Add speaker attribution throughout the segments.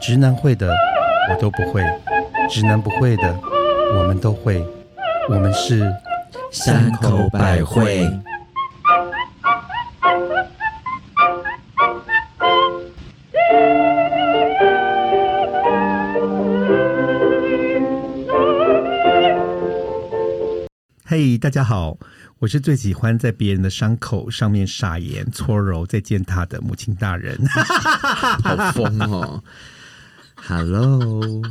Speaker 1: 直男会的我都不会，直男不会的我们都会，我们是
Speaker 2: 山口百惠。
Speaker 1: 嘿大家好，我是最喜欢在别人的伤口上面撒盐、搓揉、再践踏的母亲大人。
Speaker 2: 好疯哦！Hello，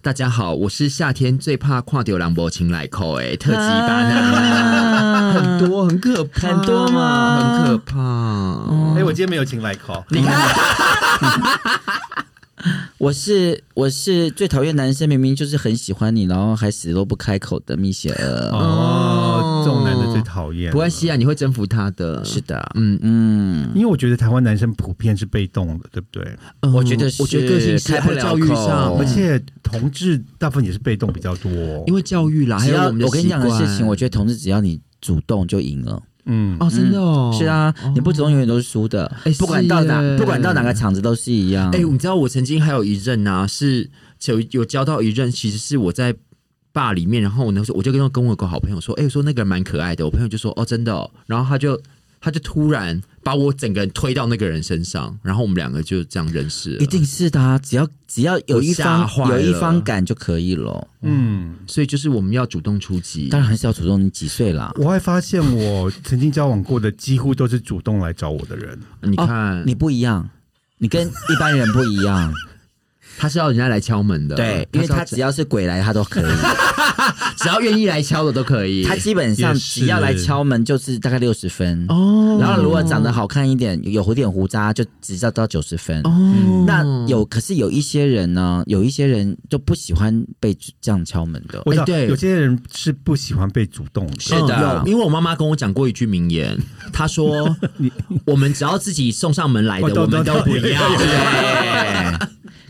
Speaker 2: 大家好，我是夏天最怕跨丢兰博情来口哎，特级巴
Speaker 3: 啊
Speaker 2: 拿，很多哦很可怕，
Speaker 3: 很多吗
Speaker 2: 很可怕。
Speaker 1: 哎、我今天没有请来 口，
Speaker 3: 我是我是最讨厌男生，明明就是很喜欢你，然后还死都不开口的蜜雪儿。
Speaker 1: 哦，这种男的最讨厌。
Speaker 2: 不关，系啊，你会征服他的。
Speaker 3: 是的，
Speaker 2: 嗯
Speaker 3: 嗯，
Speaker 1: 因为我觉得台湾男生普遍是被动的，对不对？
Speaker 2: 嗯
Speaker 3: 我觉得是
Speaker 2: 我觉得个性是
Speaker 3: 开不
Speaker 2: 还有
Speaker 3: 了
Speaker 2: 教育上
Speaker 3: 口
Speaker 1: 而。且同志大部分也是被动比较多、
Speaker 2: 因为教育啦，还
Speaker 3: 只
Speaker 2: 有
Speaker 3: 要
Speaker 2: 们的
Speaker 3: 啊我跟你讲的
Speaker 2: 习惯
Speaker 3: 事情，我觉得同志只要你主动就赢了。
Speaker 1: 嗯，
Speaker 2: 哦，真的哦，
Speaker 3: 是啊，你不主动永远都是输的
Speaker 2: 哎，
Speaker 3: 不管到
Speaker 2: 是耶
Speaker 3: 哪，不管到哪个场子都是一样
Speaker 2: 哎、。你知道我曾经还有一任啊，是有有交到一任，其实是我在坝里面，然后我那时候我就跟跟我有个好朋友说，哎、我说那个人蛮可爱的，我朋友就说哦真的、哦，然后他就他就突然把我整个人推到那个人身上，然后我们两个就这样认识了，
Speaker 3: 一定，是的啊，只要只要有一
Speaker 2: 我吓
Speaker 3: 方
Speaker 2: 坏了
Speaker 3: 有一方敢就可以了。
Speaker 1: 嗯，
Speaker 2: 所以就是我们要主动出击，
Speaker 3: 当然还是要主动，你几岁啦？
Speaker 1: 我还发现我曾经交往过的几乎都是主动来找我的人，
Speaker 2: 你
Speaker 3: 哦
Speaker 2: 看、
Speaker 3: 你不一样，你跟一般人不一样。
Speaker 2: 他是要人家来敲门的，
Speaker 3: 对，因为
Speaker 2: 是要
Speaker 3: 他只要是鬼来，他都可以。
Speaker 2: 只要愿意来敲的都可以，
Speaker 3: 他基本上
Speaker 1: 也是
Speaker 3: 只要来敲门就是大概六十分，
Speaker 2: 哦
Speaker 3: 然后如果长得好看一点，有有点胡渣就直接到九十分。
Speaker 2: 哦
Speaker 3: 那有，可是有一些人呢，有一些人就不喜欢被这样敲门的。
Speaker 1: 我知道、
Speaker 2: 哎对
Speaker 1: 有些人是不喜欢被主动的，
Speaker 3: 是的
Speaker 2: 嗯有因为我妈妈跟我讲过一句名言，她 说：“我们只要自己送上门来的
Speaker 3: 哦
Speaker 1: 我，懂
Speaker 2: 我们都
Speaker 1: 懂
Speaker 2: 不
Speaker 1: 懂
Speaker 2: 要。” 对，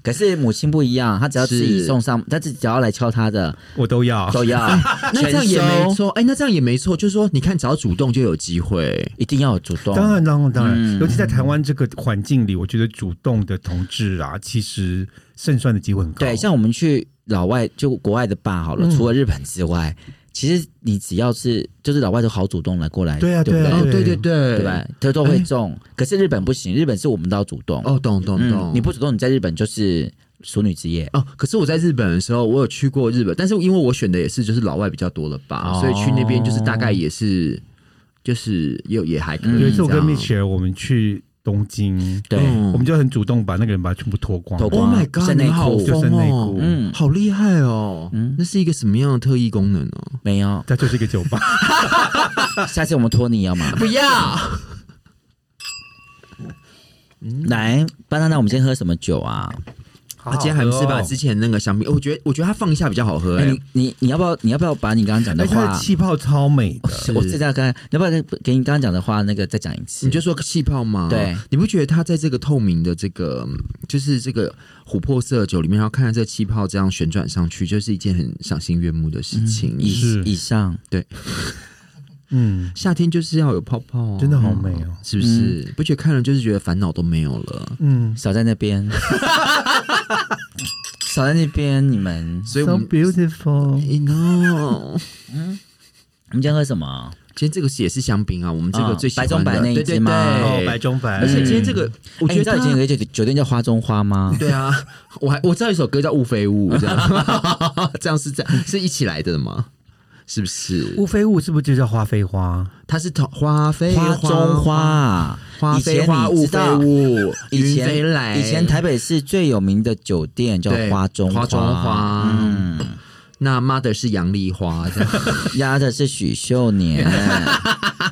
Speaker 3: 可是母亲不一样，她只要自己
Speaker 2: 是，
Speaker 3: 送上，她只只要来敲她的
Speaker 1: 我都要。
Speaker 3: 都要
Speaker 2: 那这样也
Speaker 3: 全
Speaker 2: 没
Speaker 3: 收
Speaker 2: 错。哎，那这样也没错，就是说，你看，只要主动就有机会。
Speaker 3: 一定要有主动。
Speaker 1: 当然，当然，当然，
Speaker 3: 嗯
Speaker 1: 尤其在台湾这个环境里，我觉得主动的同志啊，其实胜算的机会很高。
Speaker 3: 对，像我们去老外就国外的吧好了，
Speaker 2: 嗯
Speaker 3: 除了日本之外，其实你只要是就是老外都好主动来过来，
Speaker 1: 对啊
Speaker 3: 对不
Speaker 1: 啊
Speaker 3: 对
Speaker 1: 哦？对
Speaker 2: 对对嗯
Speaker 3: 对吧？？他都会中，可是日本不行，日本是我们都要主动。
Speaker 2: 哦，懂懂
Speaker 3: 嗯
Speaker 2: 懂。
Speaker 3: 你不主动，你在日本就是淑女之夜。
Speaker 2: 哦，可是我在日本的时候，我有去过日本，但是因为我选的也是就是老外比较多的吧，
Speaker 3: 哦
Speaker 2: 所以去那边就是大概也是就是也有也还可以。
Speaker 1: 有一次我跟
Speaker 2: 这样
Speaker 1: Mitch 我们去东京，
Speaker 3: 对
Speaker 2: 嗯
Speaker 1: 我们就很主动把那个人把他全部脱光。
Speaker 3: 脱光
Speaker 2: Oh my god！
Speaker 3: 剩内
Speaker 2: 你们好
Speaker 3: 裤
Speaker 1: 就
Speaker 2: 疯
Speaker 1: 剩内
Speaker 2: 哦
Speaker 1: 裤，
Speaker 3: 嗯
Speaker 2: 好厉害哦！
Speaker 3: 嗯
Speaker 2: 那是一个什么样的特异功能哦？
Speaker 3: 没有，
Speaker 1: 他就是一个酒吧，
Speaker 3: 下次我们托你要吗？
Speaker 2: 不 要，嗯
Speaker 3: 来，巴娜娜，我们今天喝什么酒啊？
Speaker 2: 他今天还不是把
Speaker 1: 哦
Speaker 2: 之前那个香槟，我觉得我觉得他放一下比较好喝哎、
Speaker 3: 哎，你你你要不要你要不要把你刚刚讲
Speaker 1: 哎，
Speaker 3: 的
Speaker 1: 他
Speaker 3: 话
Speaker 1: 的，气泡超美的，
Speaker 3: 我我这样刚，你要不要再给你刚刚讲的话那个再讲一次？
Speaker 2: 你就说气泡嘛，
Speaker 3: 对，
Speaker 2: 你不觉得它在这个透明的这个，就是这个琥珀色的酒里面，然后看着这个气泡这样旋转上去，就是一件很赏心悦目的
Speaker 3: 嗯
Speaker 2: 事情。
Speaker 3: 以
Speaker 1: 是
Speaker 3: 以上，
Speaker 1: 嗯，
Speaker 2: 夏天就是要有泡泡、啊，
Speaker 1: 真的好美哦，
Speaker 2: 是不是？
Speaker 3: 嗯
Speaker 2: 不觉得看了就是觉得烦恼都没有了，
Speaker 1: 嗯
Speaker 3: 少在 那边，少在那边，你们
Speaker 2: 所以我
Speaker 1: ，so
Speaker 2: 们哎
Speaker 1: beautiful，
Speaker 2: ，you know。
Speaker 3: 你们今天喝什么？
Speaker 2: 今天这个也是香槟啊，我们这个
Speaker 3: 嗯
Speaker 2: 最喜欢的、
Speaker 3: 白中白那一
Speaker 2: 对对
Speaker 3: 支吗
Speaker 2: 对
Speaker 1: 哦，白中白，嗯
Speaker 2: 而且今天这个，我觉
Speaker 3: 哎你知
Speaker 2: 得
Speaker 3: 道以前
Speaker 2: 它
Speaker 3: 有一个酒酒店叫花中花吗？
Speaker 2: 对啊，我还我知道一首歌叫《雾非雾》，这样 这样是这样是一起来的吗？是不是？
Speaker 1: 乌飞雾是不是就叫花飞花？
Speaker 2: 它是同花非
Speaker 3: 花中花，
Speaker 2: 花
Speaker 3: 以
Speaker 2: 非
Speaker 3: 前
Speaker 2: 花，雾
Speaker 3: 你知
Speaker 2: 非
Speaker 3: 道，
Speaker 2: 雾，
Speaker 3: 以
Speaker 2: 云飞来，
Speaker 3: 前以前台北市最有名的酒店叫
Speaker 2: 对
Speaker 3: 花中
Speaker 2: 花中花，
Speaker 3: 嗯，
Speaker 2: 那 mother 是杨丽花，这样
Speaker 3: 压的是许 秀年，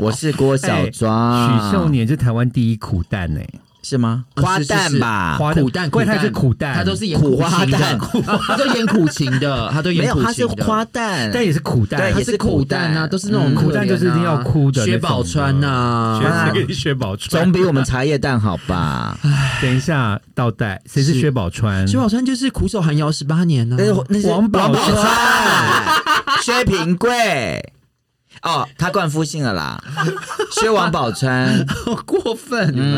Speaker 3: 我是郭小庄，
Speaker 2: 哎
Speaker 1: 许秀年是台湾第一苦蛋哎，
Speaker 3: 是吗？
Speaker 2: 啊
Speaker 3: 花
Speaker 2: 是是
Speaker 3: 旦
Speaker 2: 是
Speaker 3: 吧，
Speaker 1: 花
Speaker 2: 苦蛋，
Speaker 1: 怪他是苦蛋
Speaker 2: 他都是演苦
Speaker 3: 花
Speaker 2: 情的
Speaker 3: 蛋，
Speaker 2: 他都演苦情的，他都
Speaker 3: 没
Speaker 2: 演
Speaker 3: 有，
Speaker 2: 苦
Speaker 3: 他是
Speaker 2: 情的。
Speaker 3: 花旦，
Speaker 1: 但也是苦蛋，
Speaker 3: 对
Speaker 2: 他
Speaker 3: 也
Speaker 2: 是
Speaker 3: 是
Speaker 2: 苦
Speaker 3: 苦
Speaker 2: 蛋啊，
Speaker 3: 蛋
Speaker 2: 都是那种
Speaker 3: 嗯
Speaker 2: 可
Speaker 1: 苦蛋
Speaker 2: 怜
Speaker 1: 就是一定要
Speaker 2: 啊
Speaker 1: 哭的那
Speaker 2: 薛
Speaker 1: 种
Speaker 2: 宝
Speaker 1: 的
Speaker 2: 钏啊呐，
Speaker 1: 薛给薛宝钏
Speaker 3: 啊总比我们茶叶蛋好 吧？
Speaker 1: 等一下倒带，谁是
Speaker 2: 是
Speaker 1: 薛宝钏？
Speaker 2: 薛宝钏就是苦守寒窑
Speaker 3: 哎
Speaker 2: 哎
Speaker 3: 呃
Speaker 2: 十八年呢啊
Speaker 3: 那。是那是
Speaker 1: 王宝
Speaker 3: 钏、薛平贵。哦，他冠夫姓 了啦，薛王宝钏。
Speaker 2: 好 过分！你们、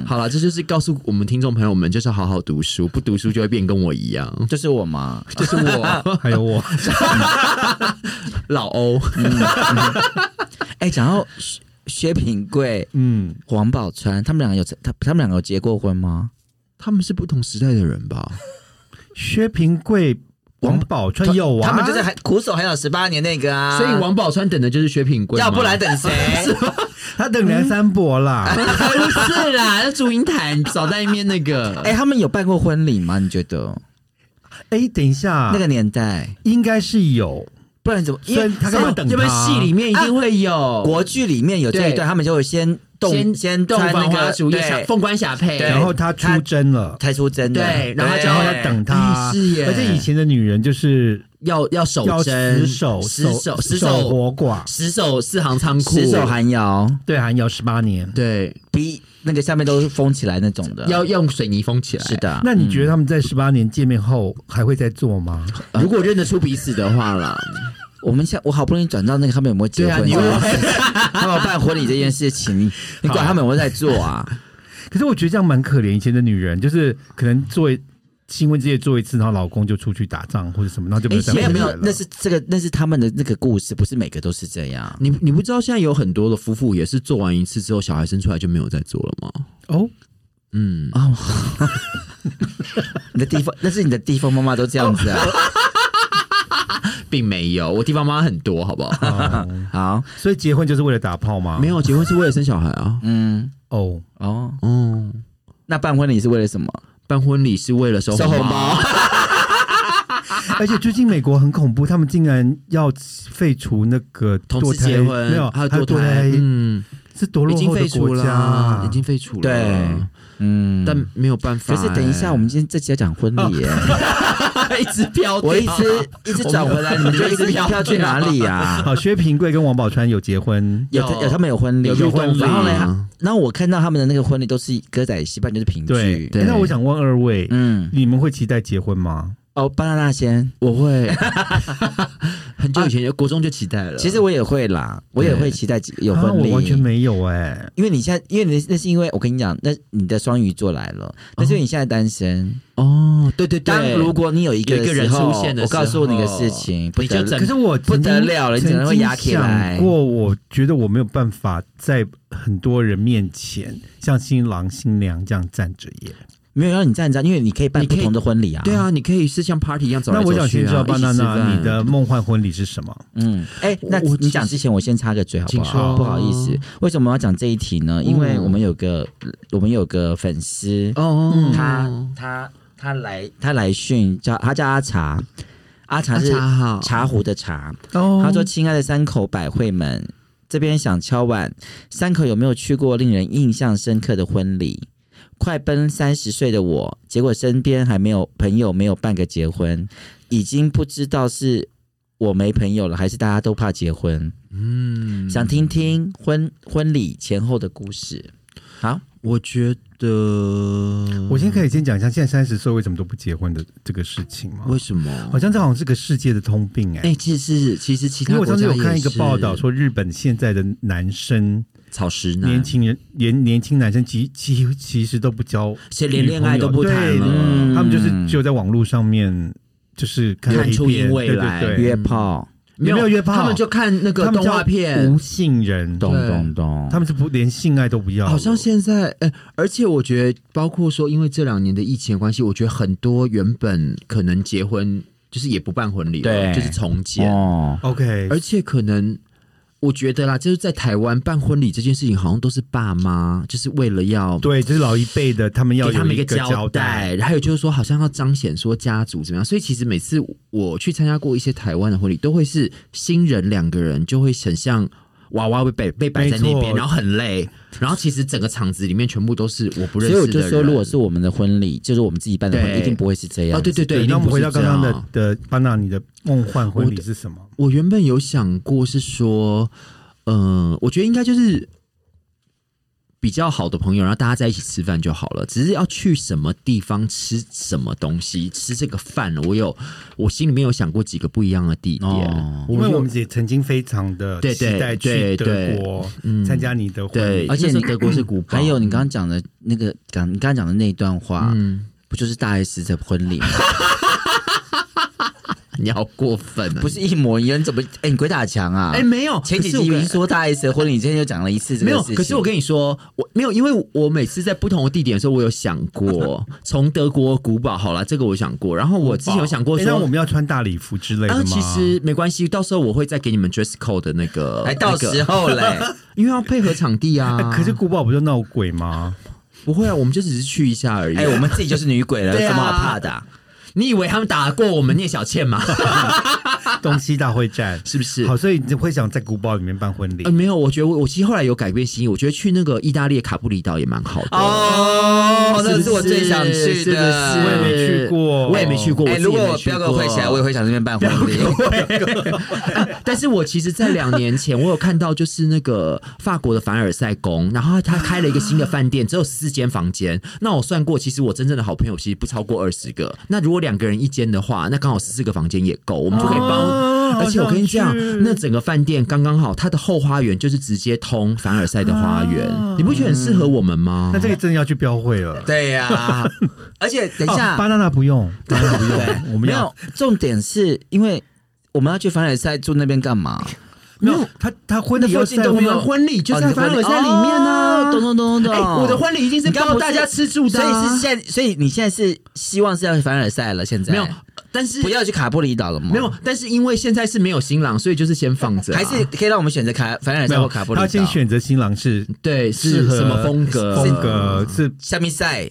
Speaker 3: 嗯，
Speaker 2: 好了，这就是告诉我们听众朋友们，就是好好读书，不读书就会变跟我一样。
Speaker 3: 就是我嘛。
Speaker 2: 就是我
Speaker 1: 还有我，
Speaker 2: 老欧，
Speaker 3: 哎、讲到薛薛平贵、
Speaker 1: 嗯，
Speaker 3: 王宝钏，他们两个有他他们两个有结过婚吗？
Speaker 2: 他们是不同时代的人吧？
Speaker 1: 薛平贵、王宝钏有啊，
Speaker 3: 他们就是还苦守很有十八年那个啊，
Speaker 2: 所以王宝钏等的就是薛平贵吗，
Speaker 3: 要不然等谁？
Speaker 1: 他等梁山伯啦，
Speaker 3: 嗯
Speaker 2: 哎不是啦，那祝英台早在那边那个，
Speaker 3: 哎、他们有办过婚礼吗？你觉得、
Speaker 1: 哎，等一下，
Speaker 3: 那个年代，
Speaker 1: 应该是有，
Speaker 3: 啊不然怎么？因
Speaker 1: 所
Speaker 3: 为
Speaker 1: 以他干嘛等
Speaker 2: 这边
Speaker 1: 他？
Speaker 2: 戏里面一定会有
Speaker 3: 国剧里面有这一
Speaker 2: 对
Speaker 3: 段，他们就会先动先
Speaker 2: 洞
Speaker 3: 穿
Speaker 2: 房
Speaker 3: 那
Speaker 2: 花
Speaker 3: 个
Speaker 2: 烛夜，
Speaker 3: 对
Speaker 2: 凤冠霞帔，
Speaker 3: 对
Speaker 1: 然后他出征了，
Speaker 3: 才出真的，
Speaker 2: 对然后
Speaker 3: 对
Speaker 2: 就
Speaker 1: 然后要等他，
Speaker 2: 哎是耶
Speaker 1: 而且以前的女人就是
Speaker 2: 要要守
Speaker 1: 要
Speaker 2: 贞，
Speaker 1: 死守
Speaker 2: 死守
Speaker 1: 守
Speaker 2: 死守
Speaker 1: 活寡，
Speaker 2: 死守四行仓库，
Speaker 3: 十手寒窑，
Speaker 1: 对，还要十八年。
Speaker 2: 对，
Speaker 3: 逼那个下面都是封起来那种的，
Speaker 2: 要用水泥封起来。
Speaker 3: 是，的。
Speaker 1: 那你觉得他们在十八年见面后还会再做吗？
Speaker 2: 如果认得出彼此的话啦，
Speaker 3: 我们现我好不容易转到那个他们有没有结
Speaker 2: 对啊
Speaker 3: 婚
Speaker 2: 你
Speaker 3: 这
Speaker 2: 会
Speaker 3: 件事情， 他们有办婚礼这件事 情，你管他们有没有在做啊？
Speaker 1: 可是我觉得这样蛮可怜，以前的女人就是可能做一新婚之夜做一次，然后老公就出去打仗或者什么，然后就没有再
Speaker 3: 没有
Speaker 2: 哎
Speaker 1: 回
Speaker 3: 哎没
Speaker 1: 来
Speaker 3: 有
Speaker 1: 了，。
Speaker 3: 那是这个那是他们的那个故事，不是每个都是这 样。
Speaker 2: 你你不知道现在有很多的夫妇也是做完一次之后，小孩生出来就没有再做了吗？
Speaker 1: 哦，
Speaker 2: 嗯，
Speaker 3: 哦，你的地方那是你的地方妈妈都这样 子啊。
Speaker 2: 并没有，我地方妈妈很多，好不好？
Speaker 1: 哦
Speaker 3: 好，
Speaker 1: 所以结婚就是为了打炮吗？
Speaker 2: 啊没有，结婚是为了生小孩啊。
Speaker 3: 嗯，
Speaker 1: 哦，
Speaker 3: 哦，
Speaker 2: 哦，
Speaker 3: 那办婚礼是为了什么？
Speaker 2: 办婚礼是为了收
Speaker 3: 收红
Speaker 2: 包
Speaker 3: 包，
Speaker 1: 而且最近美国很恐怖，他们竟然要废除那个
Speaker 2: 同
Speaker 1: 堕
Speaker 2: 志
Speaker 1: 胎
Speaker 2: 结婚，
Speaker 1: 没有，
Speaker 2: 还有
Speaker 1: 还有
Speaker 2: 堕
Speaker 1: 堕
Speaker 2: 胎，嗯，
Speaker 1: 是多
Speaker 2: 已
Speaker 1: 落
Speaker 2: 经
Speaker 1: 后
Speaker 2: 废
Speaker 1: 的
Speaker 2: 除
Speaker 1: 国
Speaker 2: 了
Speaker 1: 家
Speaker 2: 啊
Speaker 1: 啊，，
Speaker 2: 已经废除了，
Speaker 3: 对嗯，
Speaker 2: 但没有办法
Speaker 3: 可
Speaker 2: 欸。
Speaker 3: 是等一下，我们今天这期要讲婚礼耶，
Speaker 2: 一直飘掉，
Speaker 3: 我一直一直转 回来，你们就一直跳去哪里啊呀？
Speaker 1: 好，薛平贵跟王宝钏有结婚，
Speaker 3: 有
Speaker 2: 有
Speaker 3: 有他们有婚礼，
Speaker 2: 有婚礼
Speaker 3: 然后呢
Speaker 2: 啊，
Speaker 3: 然后我看到他们的那个婚礼都是歌仔戏，不然就是评
Speaker 1: 对
Speaker 3: 剧。。
Speaker 1: 诶那我想问二位，
Speaker 3: 嗯，
Speaker 1: 你们会期待结婚吗？
Speaker 3: 哦，巴娜娜先，
Speaker 2: 我 会很久以前就国中就期待了。
Speaker 3: 其实我也会啦，我也会期待有
Speaker 1: 啊
Speaker 3: 婚
Speaker 1: 我
Speaker 3: 礼，
Speaker 1: 完全没有哎。
Speaker 3: 因为你现在，因为你那是因为我跟你讲，那你的双鱼座来了，但是因为你现在单身。
Speaker 2: 哦，对对对，
Speaker 3: 当如果你有一个
Speaker 2: 有一个人
Speaker 3: 时候
Speaker 2: 出现的
Speaker 3: 我告
Speaker 2: 时
Speaker 3: 诉你个
Speaker 2: 候
Speaker 3: 事情，不
Speaker 2: 你就
Speaker 3: 得
Speaker 2: 整
Speaker 1: 可是我
Speaker 3: 不
Speaker 1: 曾经
Speaker 3: 得了了你可能会
Speaker 1: 曾经
Speaker 3: 压起来
Speaker 1: 想过，我觉得我没有办法在很多人面前像新郎新娘这样站着耶。
Speaker 3: 没有让你站着，因为你可以办
Speaker 2: 你
Speaker 3: 不
Speaker 2: 可以
Speaker 3: 同的婚礼啊。
Speaker 2: 对，啊，你可以是像 party 一样走来
Speaker 1: 那
Speaker 2: 走
Speaker 1: 我
Speaker 2: 去啊。
Speaker 1: 想先知道，巴
Speaker 2: 一起
Speaker 1: 娜
Speaker 2: 吃
Speaker 1: 娜，
Speaker 2: 饭
Speaker 1: 你的梦幻婚礼是什么？
Speaker 3: 嗯，哎，那
Speaker 2: 我
Speaker 3: 你讲之前，我先插个嘴好不
Speaker 2: 请说
Speaker 3: 好？不好意思，为什么要讲这一题呢？因为
Speaker 2: 嗯
Speaker 3: 我们有个我们有个粉丝，
Speaker 2: 哦，
Speaker 3: 他他他来他来讯叫他叫阿茶，阿茶
Speaker 2: 阿
Speaker 3: 是
Speaker 2: 茶好，
Speaker 3: 茶壶的茶。
Speaker 1: 哦
Speaker 3: 他说：“亲爱的三口百惠们，这边想敲碗，三口有没有去过令人印象深刻的婚礼？快奔三十岁的我，结果身边还没有朋友，没有半个结婚，已经不知道是我没朋友了，还是大家都怕结婚。
Speaker 2: 嗯，
Speaker 3: 想听听婚婚礼前后的故事。好，
Speaker 2: 我觉得
Speaker 1: 我先可以先讲一下，现在三十岁为什么都不结婚的这个事情吗？
Speaker 2: 为什么？
Speaker 1: 好像这好像是个世界的通病哎、
Speaker 2: 哎，其实其实其
Speaker 1: 因
Speaker 2: 他
Speaker 1: 为我
Speaker 2: 国
Speaker 1: 上
Speaker 2: 家
Speaker 1: 次有
Speaker 2: 也
Speaker 1: 看一个
Speaker 2: 是
Speaker 1: 报道，说日本现在的男生，
Speaker 2: 草食男
Speaker 1: 年轻人年年轻男生其其其实都不交
Speaker 2: 谁连
Speaker 1: 女朋
Speaker 2: 恋爱
Speaker 1: 友
Speaker 2: 都不
Speaker 1: 对
Speaker 2: 谈了，
Speaker 3: 嗯
Speaker 1: 他们就是只有在网络上面就是看
Speaker 2: 看初
Speaker 1: A 片
Speaker 2: 音未来
Speaker 1: 对对对
Speaker 3: 约炮，
Speaker 1: 没有约炮
Speaker 2: 他们就看那个
Speaker 1: 他们
Speaker 2: 动
Speaker 1: 叫
Speaker 2: 画片，
Speaker 1: 无性人，
Speaker 3: 咚
Speaker 2: 对
Speaker 3: 咚咚。
Speaker 1: 他们是不连性爱都不
Speaker 3: 啊
Speaker 1: 要了，
Speaker 2: 好像现在，哎、而且我觉得，包括说，因为这两年的疫情的关系，我觉得很多原本可能结婚，就是也不办婚礼了，
Speaker 3: 对
Speaker 2: 就是重建，
Speaker 3: 哦，
Speaker 1: OK，
Speaker 2: 而且可能。我觉得啦，就是在台湾办婚礼这件事情，好像都是爸妈就是为了要
Speaker 1: 对，就是老一辈的他们要
Speaker 2: 给他
Speaker 1: 有
Speaker 2: 们一
Speaker 1: 个
Speaker 2: 个
Speaker 1: 交
Speaker 2: 交代，还有就是说，好像要彰显说家族怎么样。所以其实每次我去参加过一些台湾的婚礼，都会是新人两个人就会很像娃娃被被被摆在那
Speaker 1: 没
Speaker 2: 边，
Speaker 1: 错
Speaker 2: 然后很累，然后其实整个场子里面全部都是我不
Speaker 3: 所
Speaker 2: 认
Speaker 3: 以我
Speaker 2: 识
Speaker 3: 就
Speaker 2: 的人。
Speaker 3: 说，如果是我们的婚礼，就是我们自己办的婚礼，
Speaker 2: 对
Speaker 3: 一定不会是这样
Speaker 2: 啊，
Speaker 3: 子。
Speaker 2: 对对对，
Speaker 1: 对，
Speaker 2: 一
Speaker 1: 那
Speaker 2: 定
Speaker 1: 我们
Speaker 2: 不
Speaker 1: 回
Speaker 2: 是
Speaker 1: 到刚
Speaker 2: 这
Speaker 1: 刚
Speaker 2: 样
Speaker 1: 的的巴娜，你的梦幻婚礼是什么？
Speaker 2: 我原本呃有想过是说，嗯、我觉得应该就是比较好的朋友，然后大家在一起吃饭就好了。只是要去什么地方吃什么东西，吃这个饭，我有我心里面有想过几个不一样的地点。
Speaker 3: 哦
Speaker 1: 因为
Speaker 2: 就
Speaker 1: 我们也曾经非常的
Speaker 2: 对
Speaker 1: 期
Speaker 2: 对
Speaker 1: 待去
Speaker 2: 对
Speaker 1: 德
Speaker 2: 对
Speaker 1: 国
Speaker 2: 嗯
Speaker 1: 参加你的婚
Speaker 2: 对，
Speaker 1: 礼，
Speaker 3: 而且
Speaker 2: 那时候
Speaker 3: 你
Speaker 2: 德国是古堡，
Speaker 3: 嗯还有你刚刚讲的那个讲，你刚刚讲的那一段话，
Speaker 2: 嗯，
Speaker 3: 不就是大 S 的婚礼吗？
Speaker 2: 你好过分啊！
Speaker 3: 不是一模一样？你怎么？哎、你鬼打墙啊！
Speaker 2: 哎、没有，
Speaker 3: 前几
Speaker 2: 可是我
Speaker 3: 集已
Speaker 2: 跟
Speaker 3: 经说大 S 的婚礼，你今天又讲了一次这
Speaker 2: 没
Speaker 3: 个
Speaker 2: 有
Speaker 3: 事，情。
Speaker 2: 可是我跟你说，我没有，因为我每次在不同的地点的时候，我有想过从德国古堡好了，这个我想过。然后我之前有想过
Speaker 1: 诶那我
Speaker 2: 说，
Speaker 1: 们要穿大礼服之类的吗？
Speaker 2: 啊，其实没关系，到时候我会再给你们 dress code 的那个，
Speaker 3: 哎，到时
Speaker 2: 那个
Speaker 3: 候嘞，
Speaker 2: 因为要配合场地啊。
Speaker 1: 哎 可是古堡不就闹鬼吗？
Speaker 2: 不会啊，我们就只是去一下而已。
Speaker 3: 哎，我们自己就是女鬼了，有
Speaker 2: 对啊
Speaker 3: 什么好怕的啊？
Speaker 2: 你以为他们打得过我们聂小倩 吗？
Speaker 1: 东西大会战
Speaker 2: 是不是？
Speaker 1: 好，所以你会想在古堡里面办婚礼
Speaker 3: 嗯
Speaker 2: 呃，？没有，我觉得我我其实后来有改变心意，我觉得去那个意大利的卡布里岛也蛮好的。
Speaker 3: 哦
Speaker 2: 不
Speaker 3: 那是我最想去
Speaker 2: 是不是
Speaker 3: 的。
Speaker 1: 我也没去过
Speaker 2: 我也没去过。
Speaker 3: 哎，
Speaker 2: 自己
Speaker 3: 如果
Speaker 2: 也
Speaker 3: 我
Speaker 2: 没
Speaker 3: 不
Speaker 2: 去
Speaker 3: 要给我
Speaker 2: 过
Speaker 3: 会起来，我也会想这边办婚礼。
Speaker 2: 但是我其实，在两年前，我有看到就是那个法国的凡尔赛宫，然后他开了一个新的饭店，只有四间房间。那我算过，其实我真正的好朋友其实不超过二十个。那如果两个人一间的话，那刚好十四个房间也够，我们就可以帮。
Speaker 1: 哦
Speaker 2: 而且我跟你讲
Speaker 1: 好想去，
Speaker 2: 那整个饭店刚刚好，它的后花园就是直接通凡尔赛的花园，
Speaker 1: 啊
Speaker 2: 你不觉得很适合我们吗？
Speaker 1: 那这个真的要去标会了。
Speaker 3: 对 呀，而且等一
Speaker 1: 哦
Speaker 3: 下，
Speaker 1: 巴娜娜不用，巴娜娜不用，
Speaker 3: 对，
Speaker 1: 我们
Speaker 3: 没
Speaker 1: 要
Speaker 3: 有重点是因为我们要去凡尔赛住那边干 嘛？
Speaker 1: 没有他他婚礼
Speaker 3: 那
Speaker 1: 要
Speaker 3: 附近
Speaker 1: 在
Speaker 3: 都
Speaker 2: 我
Speaker 3: 没有
Speaker 2: 们婚礼就
Speaker 3: 哦
Speaker 2: 在
Speaker 3: 你的
Speaker 2: 凡
Speaker 3: 婚
Speaker 2: 尔
Speaker 3: 礼
Speaker 2: 赛里面呢、
Speaker 3: 哦懂懂懂懂
Speaker 2: 哎
Speaker 3: 懂。
Speaker 2: 我的婚礼已经是
Speaker 3: 你刚
Speaker 2: 包
Speaker 3: 不是
Speaker 2: 大家吃住的
Speaker 3: 所
Speaker 2: 啊、
Speaker 3: 以是现，所以你现在是希望是要去凡尔赛了？现在
Speaker 2: 没有，但是
Speaker 3: 不要去卡布里岛了吗？
Speaker 2: 没有，但是因为现在是没有新郎，所以就是先放着啊、
Speaker 3: 还是可以让我们选择卡凡尔
Speaker 1: 没
Speaker 3: 赛或
Speaker 1: 有
Speaker 3: 卡布里岛。
Speaker 1: 他先选择新郎是
Speaker 2: 对
Speaker 1: 适
Speaker 2: 是
Speaker 1: 合
Speaker 2: 什么风格？
Speaker 1: 风格是，
Speaker 3: 下面赛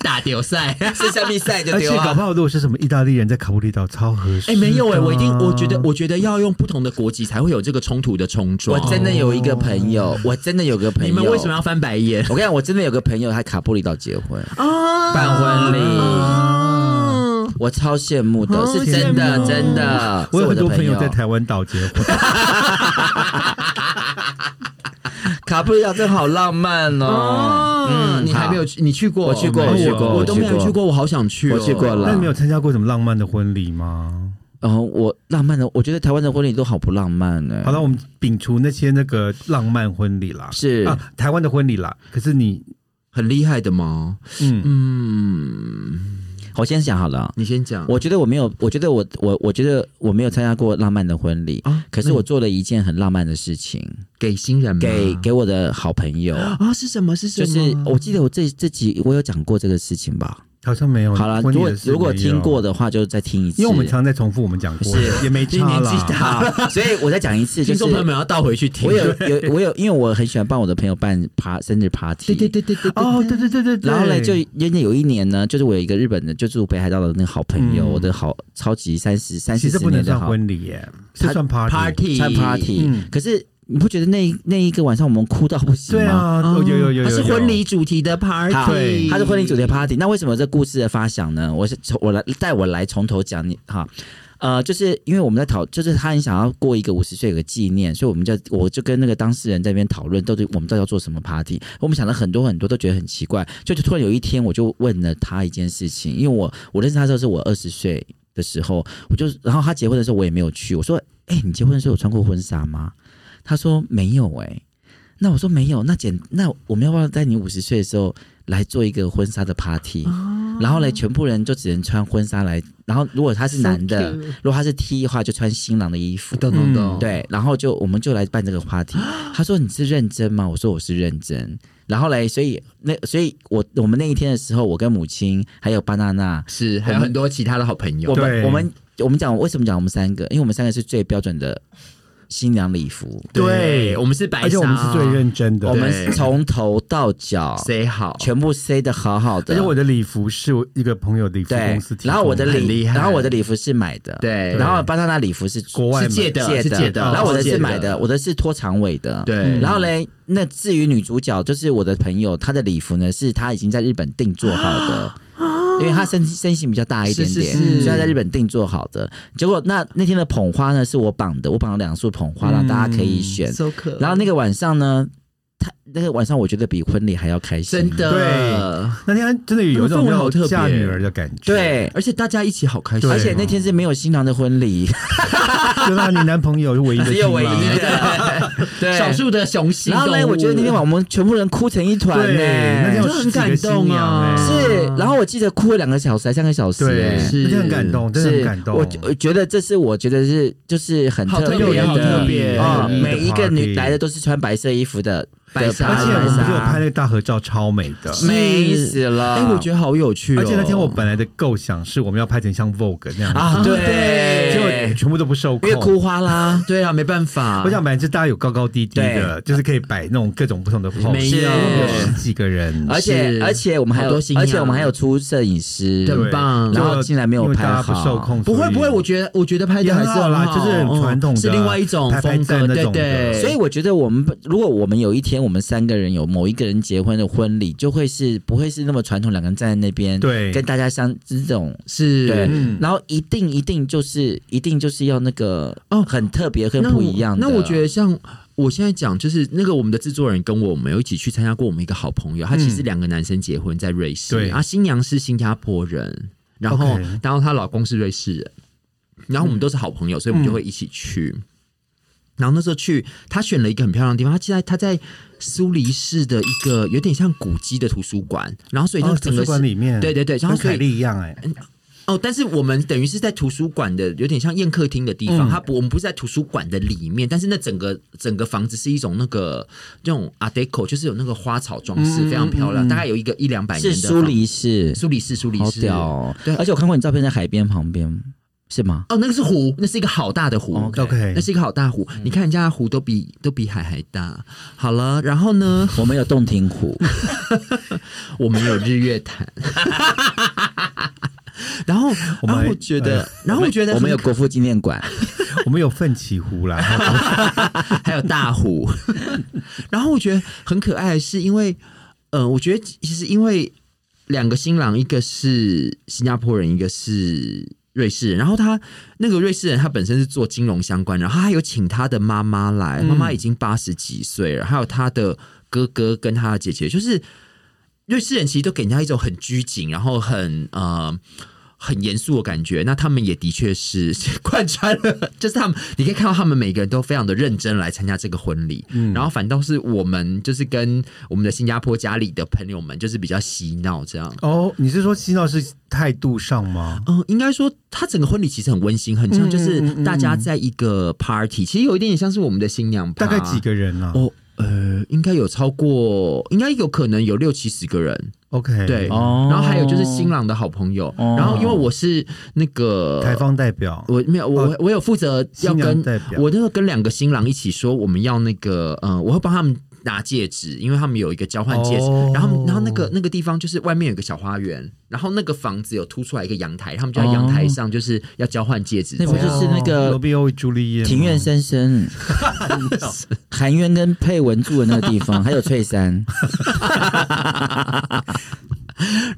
Speaker 2: 打丢赛。
Speaker 3: 是下面赛就
Speaker 1: 而
Speaker 3: 对
Speaker 1: 且
Speaker 3: 了。
Speaker 1: 搞不好如果是什么意大利人在卡布里岛超合适。
Speaker 2: 哎、没有哎、我一定，我觉得，我觉得要用不同的国籍才会有这个冲突的冲撞。
Speaker 3: 我真的有一个朋友，我真的有个朋
Speaker 2: 你
Speaker 3: 友，
Speaker 2: 们为什么？要翻白眼
Speaker 3: 我跟你讲，我真的有个朋友，他卡布里岛结婚，
Speaker 2: 啊？
Speaker 3: 办婚礼
Speaker 2: 啊
Speaker 3: 我超羡慕的，
Speaker 2: 哦
Speaker 3: 是真
Speaker 2: 羡
Speaker 3: 的，
Speaker 2: 慕
Speaker 3: 真的。
Speaker 1: 我有
Speaker 3: 是
Speaker 1: 很
Speaker 3: 的
Speaker 1: 多
Speaker 3: 朋
Speaker 1: 朋友在台湾岛结婚，
Speaker 3: 卡布里岛，真好浪漫哦。嗯
Speaker 2: 嗯，你还没有去？你去过？
Speaker 3: 我去过
Speaker 2: 没有
Speaker 1: 我去过
Speaker 2: 我都没
Speaker 3: 我去
Speaker 2: 有
Speaker 3: 过
Speaker 2: 去过，我好想去、哦。
Speaker 3: 我去过了
Speaker 1: 那你没有参加过什么浪漫的婚礼吗？
Speaker 3: 然后我浪漫的，我觉得台湾的婚礼都好不浪漫欸呢。
Speaker 1: 好了，我们摒除那些那个浪漫婚礼啦，
Speaker 3: 嗯是
Speaker 1: 啊，台湾的婚礼啦。可是你，
Speaker 2: 很厉害的吗？
Speaker 1: 嗯，
Speaker 2: 嗯，
Speaker 3: 我先想好
Speaker 1: 啊
Speaker 3: 了。
Speaker 2: 你先讲。
Speaker 3: 我觉得我没有，我觉得我我我觉得我没有参加过浪漫的婚礼，
Speaker 2: 啊
Speaker 3: 可是我做了一件很浪漫的事情，
Speaker 1: 嗯
Speaker 2: 给新人吗
Speaker 3: 给给我的好朋友，
Speaker 2: 啊是什么？是什
Speaker 3: 就
Speaker 2: 么？
Speaker 3: 是我记得我这这集我有讲过这个事情吧？
Speaker 1: 好像没有。
Speaker 3: 好了，
Speaker 1: 哦婚
Speaker 3: 如
Speaker 1: 礼
Speaker 3: 果
Speaker 1: 的事
Speaker 3: 如果
Speaker 1: 没有
Speaker 3: 听过，的话，就再听一次。
Speaker 1: 因为我们常在重复我们讲过，也没
Speaker 2: 今
Speaker 1: 差
Speaker 2: 年纪
Speaker 1: 啦。
Speaker 2: 大，
Speaker 3: 好，啊所以我再讲一次，
Speaker 2: 听
Speaker 3: 就是
Speaker 2: 众朋友们要倒回去听。
Speaker 3: 我有有我有，因为我很喜欢帮我的朋友办爬生日 party，
Speaker 2: 对对对对对对
Speaker 1: 哦，对对对对对。
Speaker 3: 然后呢，就因为有一年呢，就是我有一个日本的，就住北海道的那个好朋友，
Speaker 1: 嗯
Speaker 3: 我的好超级三十三
Speaker 1: 其
Speaker 3: 四
Speaker 1: 实
Speaker 3: 十
Speaker 1: 不
Speaker 3: 年
Speaker 1: 能
Speaker 3: 的
Speaker 1: 算
Speaker 3: 好
Speaker 1: 婚礼耶，是算 party。
Speaker 2: party
Speaker 3: 参 party，、
Speaker 1: 嗯
Speaker 3: 可是你不觉得那那一个晚上我们哭到不行
Speaker 1: 对
Speaker 3: 吗？
Speaker 1: 啊，
Speaker 2: 哦
Speaker 1: 有有有有有，
Speaker 2: 它是
Speaker 1: 有
Speaker 2: 婚礼主题的 party，
Speaker 3: 好
Speaker 1: 对
Speaker 3: 它是婚礼主题 party，那为什么这故事的发想呢？我是从我来带我来从头讲你哈。呃，就是因为我们在讨，就是他很想要过一个五十岁有个纪念，所以我们就我就跟那个当事人在那边讨论，到底我们到底要做什么 party。我们想了很多很多，都觉得很奇怪。就就突然有一天，我就问了他一件事情，因为我我认识他的时候是我二十岁的时候，我就然后他结婚的时候我也没有去，我说：“哎、你结婚的时候有穿过婚纱吗？”他说：“没有。”哎，那我说：“没有。”那简那我们要不要在你五十岁的时候来做一个婚纱的 party？、然后嘞，全部人就只能穿婚纱来。然后如果他是男的，如果他是 T 的话，就穿新郎的衣服。
Speaker 2: 懂懂懂，
Speaker 3: 对，然后就我们就来办这个 party。他说你是认真吗？我说我是认真。然后嘞，所以那所以我我们那一天的时候，我跟母亲还有巴娜娜，
Speaker 2: 是还有很多其他的好朋友
Speaker 3: 我。们
Speaker 1: 对
Speaker 3: 我们我们讲为什么讲我们三个？因为我们三个是最标准的新娘礼服，
Speaker 2: 对，我们是白纱，
Speaker 1: 而且我们是最认真的
Speaker 3: 我。们从头到脚
Speaker 2: 谁好？
Speaker 3: 全部塞的好好
Speaker 1: 而
Speaker 3: 的
Speaker 1: 且。我的礼服是我一个朋友的礼服
Speaker 3: 对
Speaker 1: 公司，提供，
Speaker 3: 然后我的
Speaker 2: 很
Speaker 3: 礼，
Speaker 2: 厉害
Speaker 3: 然后我的礼服是买的，
Speaker 2: 对
Speaker 3: 然后巴娜娜礼服是
Speaker 1: 国外
Speaker 2: 是
Speaker 1: 嘛
Speaker 2: 借的，哦是借的。
Speaker 3: 然后我的
Speaker 2: 借
Speaker 3: 是买的，我的是拖长尾的，
Speaker 2: 对，
Speaker 3: 然后嘞，那至于女主角，就是我的朋友，她的礼服呢是她已经在日本定做好的，因为她身身形比较大一点点，
Speaker 2: 嗯是是是
Speaker 3: 所以她在日本定做好的。结果那那天的捧花呢，是我绑的，我绑了两束捧花，让大家可以选。
Speaker 2: so 可
Speaker 3: 然后那个晚上呢，她那个晚上我觉得比婚礼还要开心，
Speaker 2: 真的。
Speaker 1: 那天真的有一种
Speaker 2: 氛围好特别
Speaker 1: 嫁女儿的感觉，，
Speaker 3: 对。
Speaker 2: 而且大家一起好开心，
Speaker 1: 对
Speaker 3: 而且那天是没有新郎的婚礼，
Speaker 1: 就让你男朋友是唯一 的新郎，
Speaker 3: 只有唯一的，对，
Speaker 2: 少数的雄性
Speaker 3: 然后呢，
Speaker 2: 动物
Speaker 3: 我觉得那天晚我们全部人哭成一团呢、
Speaker 1: 对，那天有
Speaker 2: 就很
Speaker 1: 十几个
Speaker 2: 感动
Speaker 1: 新娘
Speaker 2: 啊
Speaker 1: 哎
Speaker 3: 是，然后我记得哭了两个小时还三个小时、
Speaker 1: 对，
Speaker 3: 哎
Speaker 2: 是
Speaker 1: 那天很感动，真的很
Speaker 3: 是
Speaker 1: 感动。
Speaker 3: 我觉我觉得这是我觉得是就是很
Speaker 2: 好
Speaker 3: 特
Speaker 2: 特
Speaker 3: 别
Speaker 2: 别好
Speaker 3: 的
Speaker 2: 特别
Speaker 3: 啊、
Speaker 2: 嗯
Speaker 3: 每一个
Speaker 1: party
Speaker 3: 女来的都是穿白色衣服的
Speaker 2: 白纱
Speaker 1: 而
Speaker 3: 的
Speaker 1: 且我们不
Speaker 3: 白
Speaker 1: 是有拍
Speaker 3: 纱
Speaker 2: 啊
Speaker 1: 那个大合照，超美的。
Speaker 2: 哦
Speaker 3: 美死了。
Speaker 2: 哎、我觉得好有趣、哦。
Speaker 1: 而且那天我本来的构想是我们要拍成像 Vogue 那样子，
Speaker 3: 啊，
Speaker 2: 对
Speaker 1: 结果
Speaker 3: 对，
Speaker 1: 全部都不受
Speaker 3: 因为哭
Speaker 1: 控。
Speaker 3: 花 啦，
Speaker 2: 对啊，没办法，
Speaker 1: 我想本来就大家有高高低低的，就是可以摆那种各种不同的 pose，
Speaker 2: 没
Speaker 1: 有
Speaker 2: 有哎
Speaker 1: 十几个人，
Speaker 3: 而且而且我们还
Speaker 2: 好
Speaker 3: 有
Speaker 2: 多新，娘
Speaker 3: 而且我们还有出摄影师，
Speaker 2: 对很棒
Speaker 1: 就
Speaker 3: 然后竟然没有
Speaker 1: 因为
Speaker 3: 拍
Speaker 1: 大家不
Speaker 3: 好
Speaker 1: 受控，
Speaker 2: 不会
Speaker 1: 所以
Speaker 2: 不会，我觉得我觉得拍
Speaker 1: 也
Speaker 2: 的还
Speaker 1: 很
Speaker 2: 是
Speaker 1: 好
Speaker 2: 很
Speaker 1: 啦，
Speaker 2: 好，
Speaker 1: 就是很传统
Speaker 2: 嗯
Speaker 1: 的，
Speaker 2: 是另外一种
Speaker 1: 拍拍
Speaker 2: 风
Speaker 1: 站
Speaker 2: 格，
Speaker 1: 那
Speaker 2: 对
Speaker 1: 种的
Speaker 2: 对。
Speaker 3: 所以我觉得我们如果我们有一天我们三个人有某一个人结婚的婚礼，就会是不会是那么传统，两个人站在那边，
Speaker 1: 对
Speaker 3: 跟大家相这种。
Speaker 2: 是
Speaker 3: 对，
Speaker 1: 嗯
Speaker 3: 然后一定一定就是一定就是要那个
Speaker 2: 哦
Speaker 3: 很特别跟
Speaker 2: 那
Speaker 3: 不
Speaker 2: 我
Speaker 3: 一样的
Speaker 2: 那我觉得像我现在讲，就是那个我们的制作人跟我，我们有一起去参加过我们一个好朋友，他其实
Speaker 1: 嗯
Speaker 2: 两个男生结婚在瑞士，
Speaker 1: 对
Speaker 2: 啊，新娘是新加坡人，然后
Speaker 1: OK 嗯
Speaker 2: 然后她老公是瑞士人，然后我们都是好朋友，所以我们就会一起去。然后那时候去，他选了一个很漂亮的地方，他现在他在苏黎世的一个有点像古迹的图书馆，然后所以那
Speaker 1: 哦
Speaker 2: 个
Speaker 1: 图
Speaker 2: 整个
Speaker 1: 书
Speaker 2: 是、
Speaker 1: 馆里面，
Speaker 2: 对对对然后
Speaker 1: 跟
Speaker 2: 所以
Speaker 1: 凯莉一样哎，
Speaker 2: 哦，但是我们等于是在图书馆的，有点像宴客厅的地方。
Speaker 1: 嗯
Speaker 2: 它不，我们不是在图书馆的里面，但是那整个整个房子是一种那个那种 Art Deco，就是有那个花草装饰，
Speaker 1: 嗯
Speaker 2: 非常漂亮，
Speaker 1: 嗯嗯
Speaker 2: 大概有一个一两百年
Speaker 3: 是
Speaker 2: 的。
Speaker 3: 苏黎世，
Speaker 2: 苏黎世，苏黎
Speaker 3: 好
Speaker 2: 世，
Speaker 3: 屌、哦
Speaker 2: 对！
Speaker 3: 而且我看过你照片在海边旁边，是吗？
Speaker 2: 哦，那个是湖，那是一个好大的湖。
Speaker 3: OK 嗯
Speaker 1: OK
Speaker 2: 那是一个好大湖。你看人家的湖都比都比海还大。好了，然后呢，
Speaker 3: 我们有洞庭 湖，
Speaker 2: 我们有日月 潭。然后，
Speaker 1: 我们
Speaker 2: 然后我觉得，然后我觉得
Speaker 3: 呃我们有
Speaker 2: 很
Speaker 3: 国父纪念馆，
Speaker 1: 我们有奋起湖 啦，然后
Speaker 2: 还有大虎。 然后我觉得很可爱，是因为，呃，我觉得其实因为两个新郎，一个是新加坡人，一个是瑞士人。然后他那个瑞士人，他本身是做金融相关，然后他还有请他的妈妈来，妈妈已经八十几岁了，还有他的哥哥跟他的姐姐，就是瑞士人其实都给人家一种很拘谨，然后很呃。很严肃的感觉，那他们也的确是 贯穿了，就是他们，你可以看到他们每个人都非常的认真来参加这个婚礼，
Speaker 1: 嗯
Speaker 2: 然后反倒是我们就是跟我们的新加坡家里的朋友们就是比较嬉闹这样。
Speaker 1: 哦，你是说嬉闹是态度上吗？
Speaker 2: 嗯，应该说，他整个婚礼其实很温馨，很像就是
Speaker 1: 嗯嗯嗯嗯
Speaker 2: 大家在一个 party，其实有一点点像是我们的新娘
Speaker 1: 大
Speaker 2: 趴。
Speaker 1: 概几？个人啊
Speaker 2: 哦，呃，应该有超过，应该有可能有六七十个人。
Speaker 1: ？OK，
Speaker 2: 对，
Speaker 3: 哦
Speaker 2: 然后还有就是新郎的好朋友，
Speaker 3: 哦
Speaker 2: 然后因为我是那个
Speaker 1: 台方代表，
Speaker 2: 我没有，我、我我有负责要
Speaker 1: 哦新娘
Speaker 2: 跟
Speaker 1: 代表
Speaker 2: 我那个跟两个新郎一起说，我们要那个，嗯、我会帮他们拿戒指，因为他们有一个交换戒指，
Speaker 1: 哦
Speaker 2: 然后然后那个那个地方就是外面有个小花园，然后那个房子有凸出来一个阳台，他们就在阳
Speaker 1: 哦
Speaker 2: 台上就是要交换戒指，
Speaker 3: 那不就是那个
Speaker 1: 罗密欧与朱丽叶吗
Speaker 3: 庭院深 深，韩渊跟佩文住的那个地方，还有翠 山，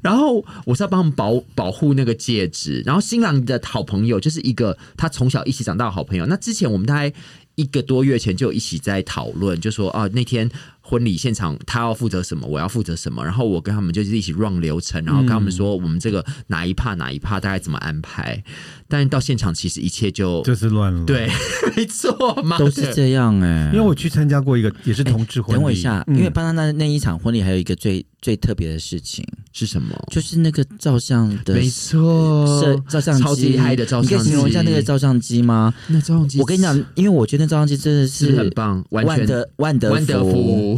Speaker 2: 然后我是要帮他们保保护那个戒指，然后新郎的好朋友就是一个他从小一起长大的好朋友。那之前我们大概一个多月前就一起在讨论，就说啊那天婚礼现场他要负责什么，我要负责什么，然后我跟他们就是一起 run 流程，然后跟他们说我们这个哪一帕哪一帕大概怎么安排。但到现场其实一切就
Speaker 1: 就是乱了。，
Speaker 2: 对，没错嘛，
Speaker 3: 都是这样哎、
Speaker 1: 因为我去参加过一个
Speaker 2: 哎
Speaker 1: 也是同志婚礼，
Speaker 3: 等我一下，
Speaker 1: 嗯
Speaker 3: 因为巴拿那那一场婚礼还有一个最最特别的事情，
Speaker 2: 是什么？
Speaker 3: 就是那个照相的
Speaker 2: 没错，
Speaker 3: 摄照相机，
Speaker 2: 超级厉害的照
Speaker 3: 你可
Speaker 2: 相
Speaker 3: 以
Speaker 2: 机，
Speaker 3: 形容一下那个照相机吗？
Speaker 2: 那照相机，
Speaker 3: 我跟你讲，因为我觉得那照相机真的
Speaker 2: 是不是很棒，完全
Speaker 3: 万德万德
Speaker 2: 万德福。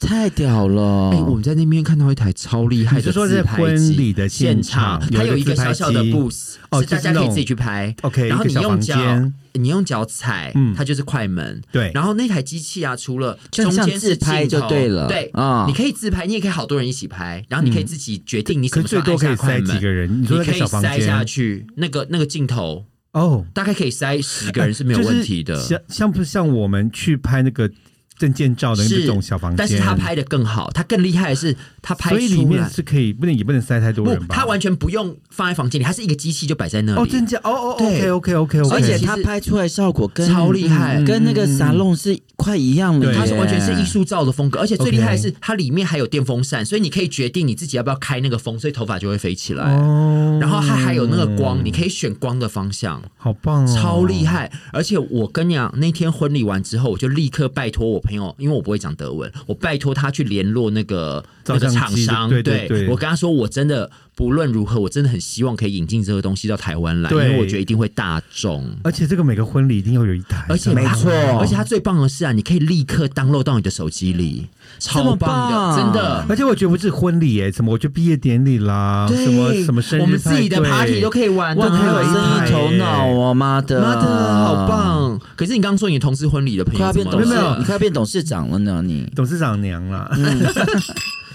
Speaker 3: 太屌了。
Speaker 2: 哎、我们在那边看到一台超厉害
Speaker 1: 你
Speaker 2: 的
Speaker 1: 是说
Speaker 2: 自
Speaker 1: 在
Speaker 2: 拍机，
Speaker 1: 婚礼的
Speaker 2: 现
Speaker 1: 现场
Speaker 2: 它
Speaker 1: 有
Speaker 2: 有
Speaker 1: 一
Speaker 2: 一
Speaker 1: 个
Speaker 2: 个
Speaker 1: 自拍
Speaker 2: 小小的
Speaker 1: 机
Speaker 2: booth，
Speaker 1: 哦
Speaker 2: 是
Speaker 1: 就是
Speaker 2: 大
Speaker 1: 那
Speaker 2: 家可以
Speaker 1: 种
Speaker 2: 自己去拍。
Speaker 1: OK，
Speaker 2: 然后
Speaker 1: 一个
Speaker 2: 你
Speaker 1: 小
Speaker 2: 用
Speaker 1: 房
Speaker 2: 脚
Speaker 1: 间，
Speaker 2: 你用脚踩，
Speaker 1: 嗯
Speaker 2: 它就是快门。
Speaker 1: 对
Speaker 2: 然后那台机器啊，除了
Speaker 3: 就
Speaker 2: 中
Speaker 3: 很像
Speaker 2: 间是
Speaker 3: 自拍
Speaker 2: 镜头
Speaker 3: 就对了
Speaker 2: 对
Speaker 3: 啊
Speaker 2: 你可以自拍，你也可以好多人一起拍，然后你可以自己决定你什
Speaker 1: 可
Speaker 2: 么时
Speaker 1: 最
Speaker 2: 候
Speaker 1: 多嗯可以
Speaker 2: 按下
Speaker 1: 塞
Speaker 2: 快
Speaker 1: 几个
Speaker 2: 门。
Speaker 1: 人？你
Speaker 2: 你
Speaker 1: 说那
Speaker 2: 可
Speaker 1: 个
Speaker 2: 以
Speaker 1: 小房
Speaker 2: 塞下
Speaker 1: 间
Speaker 2: 去，那个那个镜头
Speaker 1: 哦，哎
Speaker 2: 大概可以塞十个人是没有问题的。
Speaker 1: 就是像像不像我们去拍那个证件照的那种小房间，
Speaker 2: 但是他拍的更好，他更厉害的是他拍
Speaker 1: 所以里
Speaker 2: 出
Speaker 1: 面
Speaker 2: 来。
Speaker 1: 是可以，不能也不能塞太多
Speaker 2: 不
Speaker 1: 人，吧？
Speaker 2: 他完全不用放在房间里，他是一个机器就摆在那里。
Speaker 1: 哦，真假哦哦，OK
Speaker 2: 对
Speaker 1: OK OK OK，
Speaker 3: 而且
Speaker 2: 其实
Speaker 3: 他拍出来效果跟
Speaker 2: 超厉害
Speaker 3: 嗯跟那个沙龙是快一样的
Speaker 1: 对
Speaker 3: 耶，
Speaker 2: 它是完全是艺术照的风格，而且最
Speaker 1: OK
Speaker 2: 厉害的是它里面还有电风扇，所以你可以决定你自己要不要开那个风，所以头发就会飞起来。
Speaker 1: 哦，
Speaker 2: 然后它还有那个光，你可以选光的方向，
Speaker 1: 好棒哦，
Speaker 2: 超厉害！而且我跟你讲，那天婚礼完之后，我就立刻拜托我朋友，因为我不会讲德文，我拜托他去联络那个
Speaker 1: 照
Speaker 2: 那个
Speaker 1: 相机
Speaker 2: 厂商。
Speaker 1: 对对对
Speaker 2: 我跟他说，我真的不论如何，我真的很希望可以引进这个东西到台湾来，因
Speaker 1: 对
Speaker 2: 为我觉得一定会大众。
Speaker 1: 而且这个每个婚礼一定要有一台，
Speaker 2: 而且
Speaker 1: 这样
Speaker 2: 它
Speaker 3: 没错
Speaker 2: 而且它最棒的是啊，你可以立刻 download 到你的手机里，超的，
Speaker 3: 这么棒
Speaker 2: 真的。
Speaker 1: 而且我觉得不是婚礼耶，什么我觉得毕业典礼啦，
Speaker 2: 对
Speaker 1: 什么什么生日
Speaker 2: 我们自己的
Speaker 1: 派对
Speaker 2: party 都可以玩
Speaker 3: 哇，
Speaker 2: 的，
Speaker 1: 都可
Speaker 3: 还
Speaker 1: 以
Speaker 3: 有
Speaker 1: 玩
Speaker 3: 生意头脑哦，妈的，
Speaker 2: 妈的，好！棒！可是你刚刚说你同事婚礼的朋
Speaker 3: 快
Speaker 2: 友
Speaker 3: 要
Speaker 2: 怎
Speaker 3: 变
Speaker 2: 么
Speaker 3: 董
Speaker 2: 了？
Speaker 3: 事
Speaker 1: 没有没有，
Speaker 3: 你快要变董事长了呢，你
Speaker 1: 董事长娘啦。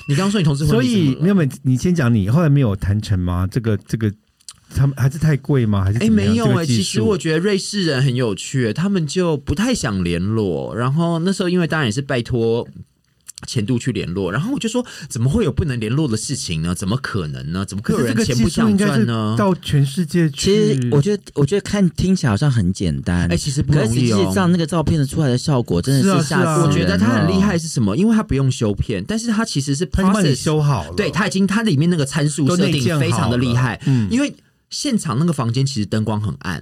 Speaker 2: 你刚刚说你同事婚
Speaker 1: 所
Speaker 2: 礼怎么了，
Speaker 1: 以没有没有，你先讲你后来没有谈成吗？这个这个，他们还是太贵吗？还是嗯
Speaker 2: 哎、
Speaker 1: 怎么样
Speaker 2: 没有
Speaker 1: 这
Speaker 2: 哎、
Speaker 1: 个技
Speaker 2: 其实
Speaker 1: 术
Speaker 2: 我觉得瑞士人很有趣、他们就不太想联络。然后那时候因为当然也是拜托前度去联络，然后我就说怎么会有不能联络的事情呢？怎么可能呢？怎么
Speaker 1: 可
Speaker 2: 会有
Speaker 1: 是这
Speaker 2: 人
Speaker 1: 个
Speaker 2: 钱
Speaker 1: 技
Speaker 2: 不
Speaker 1: 术
Speaker 2: 想
Speaker 1: 应该
Speaker 2: 赚
Speaker 1: 是
Speaker 2: 呢？
Speaker 1: 到全世界
Speaker 3: 其
Speaker 1: 去，
Speaker 3: 实我觉得，我觉得看听起来好像很简单，
Speaker 2: 哎、其实不
Speaker 3: 可是
Speaker 2: 容
Speaker 3: 实
Speaker 2: 易
Speaker 3: 际
Speaker 2: 哦。
Speaker 3: 上那个照片的出来的效果真的
Speaker 1: 是啊
Speaker 3: 吓死
Speaker 1: 是啊
Speaker 3: 人了
Speaker 2: 我觉得他很厉害是什么？因为他不用修片，但是他其实是
Speaker 1: 他已经帮你
Speaker 2: process
Speaker 1: 修好了，
Speaker 2: 对，它已经它里面那个参数
Speaker 1: 都
Speaker 2: 设
Speaker 1: 内建
Speaker 2: 定非常的厉害
Speaker 1: 好了，嗯
Speaker 2: 因为现场那个房间其实灯光很暗，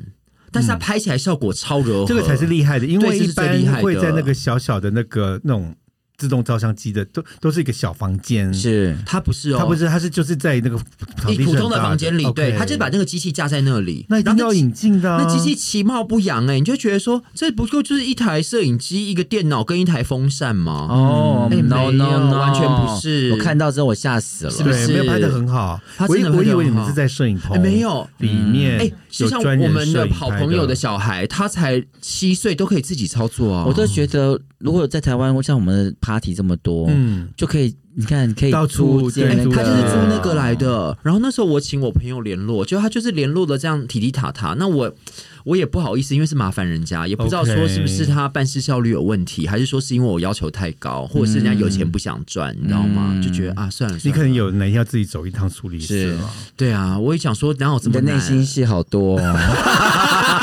Speaker 2: 但是它拍起来效果超柔和，
Speaker 1: 这个才是厉害的，因为
Speaker 2: 对这
Speaker 1: 一
Speaker 2: 是最厉
Speaker 1: 般
Speaker 2: 害的
Speaker 1: 会在那个小小的那个那种自动照相机的，都都是一个小房间，
Speaker 3: 是
Speaker 2: 它不是哦，
Speaker 1: 它不是，它是就是在那个场
Speaker 2: 一
Speaker 1: 地
Speaker 2: 普通
Speaker 1: 的
Speaker 2: 的房间里，对，
Speaker 1: 它
Speaker 2: 它就把那个机器架在那里，
Speaker 1: 那一
Speaker 2: 然
Speaker 1: 定要
Speaker 2: 后那
Speaker 1: 引进的啊、
Speaker 2: 那机器其貌不扬哎、你就觉得说这不过就是一台摄影机、一个电脑跟一台风扇吗？
Speaker 3: 哦、
Speaker 2: 哎
Speaker 3: n
Speaker 2: 没有
Speaker 3: o no no，
Speaker 2: 完全不是
Speaker 3: 我看到之后我吓死了，
Speaker 2: 是不
Speaker 1: 对，
Speaker 2: 是
Speaker 1: 没有拍的很好。
Speaker 2: 它
Speaker 1: 我以
Speaker 2: 真的
Speaker 1: 我
Speaker 2: 拍
Speaker 1: 以
Speaker 2: 得
Speaker 1: 为你
Speaker 2: 很
Speaker 1: 们
Speaker 2: 好
Speaker 1: 是在摄影
Speaker 2: 哎
Speaker 1: 棚，
Speaker 2: 没有。
Speaker 1: 里面
Speaker 2: 哎，就
Speaker 1: 有
Speaker 2: 像
Speaker 1: 专人
Speaker 2: 我们
Speaker 1: 摄
Speaker 2: 的
Speaker 1: 影
Speaker 2: 好
Speaker 1: 拍
Speaker 2: 朋友的小孩，他才七岁都可以自己操作啊！
Speaker 3: 我都觉得如果在台湾像我们的 party 这么多，
Speaker 1: 嗯，
Speaker 3: 就可以你看可以
Speaker 1: 到处
Speaker 3: 租借
Speaker 1: 对
Speaker 2: 哎、
Speaker 3: 那个
Speaker 1: 租
Speaker 2: 他就是
Speaker 1: 的
Speaker 2: 租那个来的。然后那时候我请我朋友联络，就他就是联络的这样体体塔塔。那我我也不好意思，因为是麻烦人家，也不知道
Speaker 1: OK
Speaker 2: 说是不是他办事效率有问题，还是说是因为我要求太高，或者是人家有钱不想赚，你知道吗？
Speaker 3: 嗯
Speaker 2: 就觉得啊，算了，
Speaker 1: 你
Speaker 2: 算了
Speaker 1: 可能有哪天要自己走一趟苏黎世
Speaker 3: 是
Speaker 1: 了。
Speaker 2: 对啊，我也想说，哪有这
Speaker 3: 你
Speaker 2: 么
Speaker 3: 的内
Speaker 2: 难
Speaker 3: 心戏好多、哦，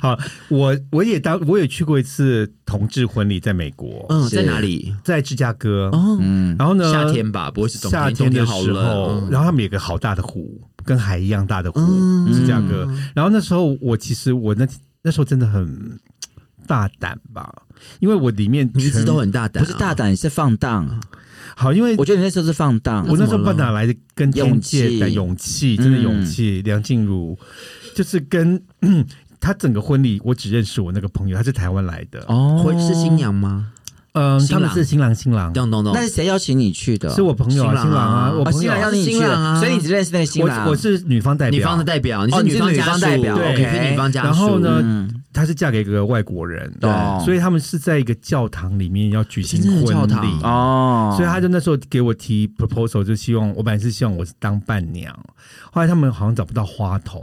Speaker 1: 好，我我也当我也去过一次同志婚礼，在美国，
Speaker 2: 嗯，在
Speaker 3: 是
Speaker 2: 哪里？
Speaker 1: 在芝加哥。
Speaker 2: 哦，
Speaker 3: 嗯，
Speaker 1: 然后呢，
Speaker 2: 夏天吧，不会是冬
Speaker 1: 夏
Speaker 2: 天，冬
Speaker 1: 的
Speaker 2: 天好
Speaker 1: 时
Speaker 2: 冷
Speaker 1: 候
Speaker 2: 哦。，
Speaker 1: 然后他们有个好大的湖，跟海一样大的湖，
Speaker 2: 嗯
Speaker 1: 芝加哥。然后那时候我其实我那那时候真的很大胆吧，因为我里面
Speaker 2: 你一直
Speaker 1: 全
Speaker 2: 都很大胆、啊
Speaker 3: 不是大，胆，是放荡。
Speaker 1: 好，因为
Speaker 3: 我觉得你那时候是放荡，
Speaker 1: 哎我那时候
Speaker 2: 怎么
Speaker 1: 不
Speaker 2: 了
Speaker 1: 哪来的跟天界的勇
Speaker 3: 勇
Speaker 1: 气，真的
Speaker 3: 嗯
Speaker 1: 勇气。梁静茹就是跟 她整个婚礼，我只认识我那个朋友，她是台湾来的。
Speaker 3: 哦
Speaker 2: 会是新，娘吗？
Speaker 1: 嗯，
Speaker 2: 新
Speaker 1: 他
Speaker 2: 郎
Speaker 1: 们是新郎新郎，
Speaker 2: 懂懂懂
Speaker 3: 那，是谁邀请你去的？
Speaker 1: 是我朋友啊，新
Speaker 2: 新郎啊
Speaker 1: 郎啊，我
Speaker 3: 哦，
Speaker 1: 朋
Speaker 3: 新
Speaker 1: 友
Speaker 3: 郎
Speaker 1: 啊
Speaker 3: 邀请你去
Speaker 2: 新郎
Speaker 3: 的，
Speaker 2: 啊
Speaker 3: 所以你只认识那个新郎。
Speaker 1: 我我是女方代表，
Speaker 2: 女方的代表，你
Speaker 3: 哦
Speaker 2: 是
Speaker 3: 你是
Speaker 2: 女方
Speaker 3: 女
Speaker 2: 家
Speaker 3: 方
Speaker 2: 属
Speaker 3: 代表
Speaker 2: ，OK，
Speaker 1: 对
Speaker 2: 你是女方家属。
Speaker 1: 然后呢
Speaker 3: 嗯，
Speaker 1: 她是嫁给一个外国人，
Speaker 3: 懂
Speaker 1: 所以他们是在一个教堂里面要举行
Speaker 2: 真正的
Speaker 1: 婚
Speaker 2: 教
Speaker 1: 礼
Speaker 2: 堂
Speaker 3: 哦，
Speaker 1: 所以他就那时候给我提 proposal，就希望我本来是希望我是当伴娘，后来他们好像找不到花童，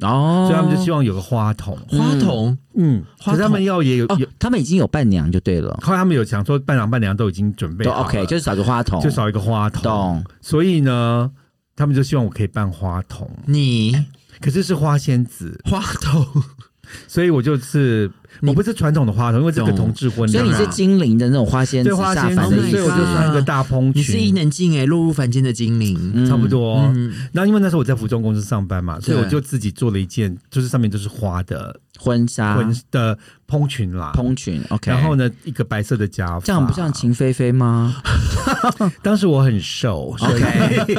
Speaker 3: 哦，
Speaker 1: 所以他们就希望有个花童。
Speaker 2: 花童，
Speaker 1: 嗯，
Speaker 2: 花
Speaker 1: 可是他们
Speaker 2: 童
Speaker 1: 要也有
Speaker 3: 哦
Speaker 1: 有，，
Speaker 3: 他们已经有伴娘就对了，
Speaker 1: 后来他们有想说伴郎伴娘都已经准备
Speaker 3: 都
Speaker 1: 好了
Speaker 3: 哦 OK，就是找个话筒，
Speaker 1: 就少一个花童，
Speaker 3: 懂
Speaker 1: 所以呢，他们就希望我可以扮花童，
Speaker 2: 你
Speaker 1: 可是是花仙子，
Speaker 2: 花童，
Speaker 1: 所以我就是
Speaker 2: 你
Speaker 1: 我不是传统的花童，因为这个
Speaker 2: 懂
Speaker 1: 同志婚礼
Speaker 3: 所
Speaker 1: 嘛，
Speaker 3: 以你是精灵的那种花仙子
Speaker 1: 对花
Speaker 3: 下
Speaker 1: 仙
Speaker 3: 凡的
Speaker 1: 子，
Speaker 3: 意
Speaker 1: 所以我就
Speaker 3: 思，啊
Speaker 1: 穿一个大蓬
Speaker 2: 你是伊
Speaker 1: 裙，
Speaker 2: 能静哎，落入凡间的精灵。
Speaker 3: 嗯
Speaker 1: 差不。多。
Speaker 2: 嗯，
Speaker 1: 那因为那时候我在服装公司上班嘛，所以
Speaker 2: 对
Speaker 1: 我就自己做了一件，就是上面都是花的
Speaker 3: 婚纱、
Speaker 1: 婚的蓬裙啦，
Speaker 3: 啊蓬裙，OK。
Speaker 1: 然后呢一个白色的夹发，
Speaker 3: 这样不像秦菲菲吗？
Speaker 1: 当时我很瘦所以
Speaker 2: 嗯啊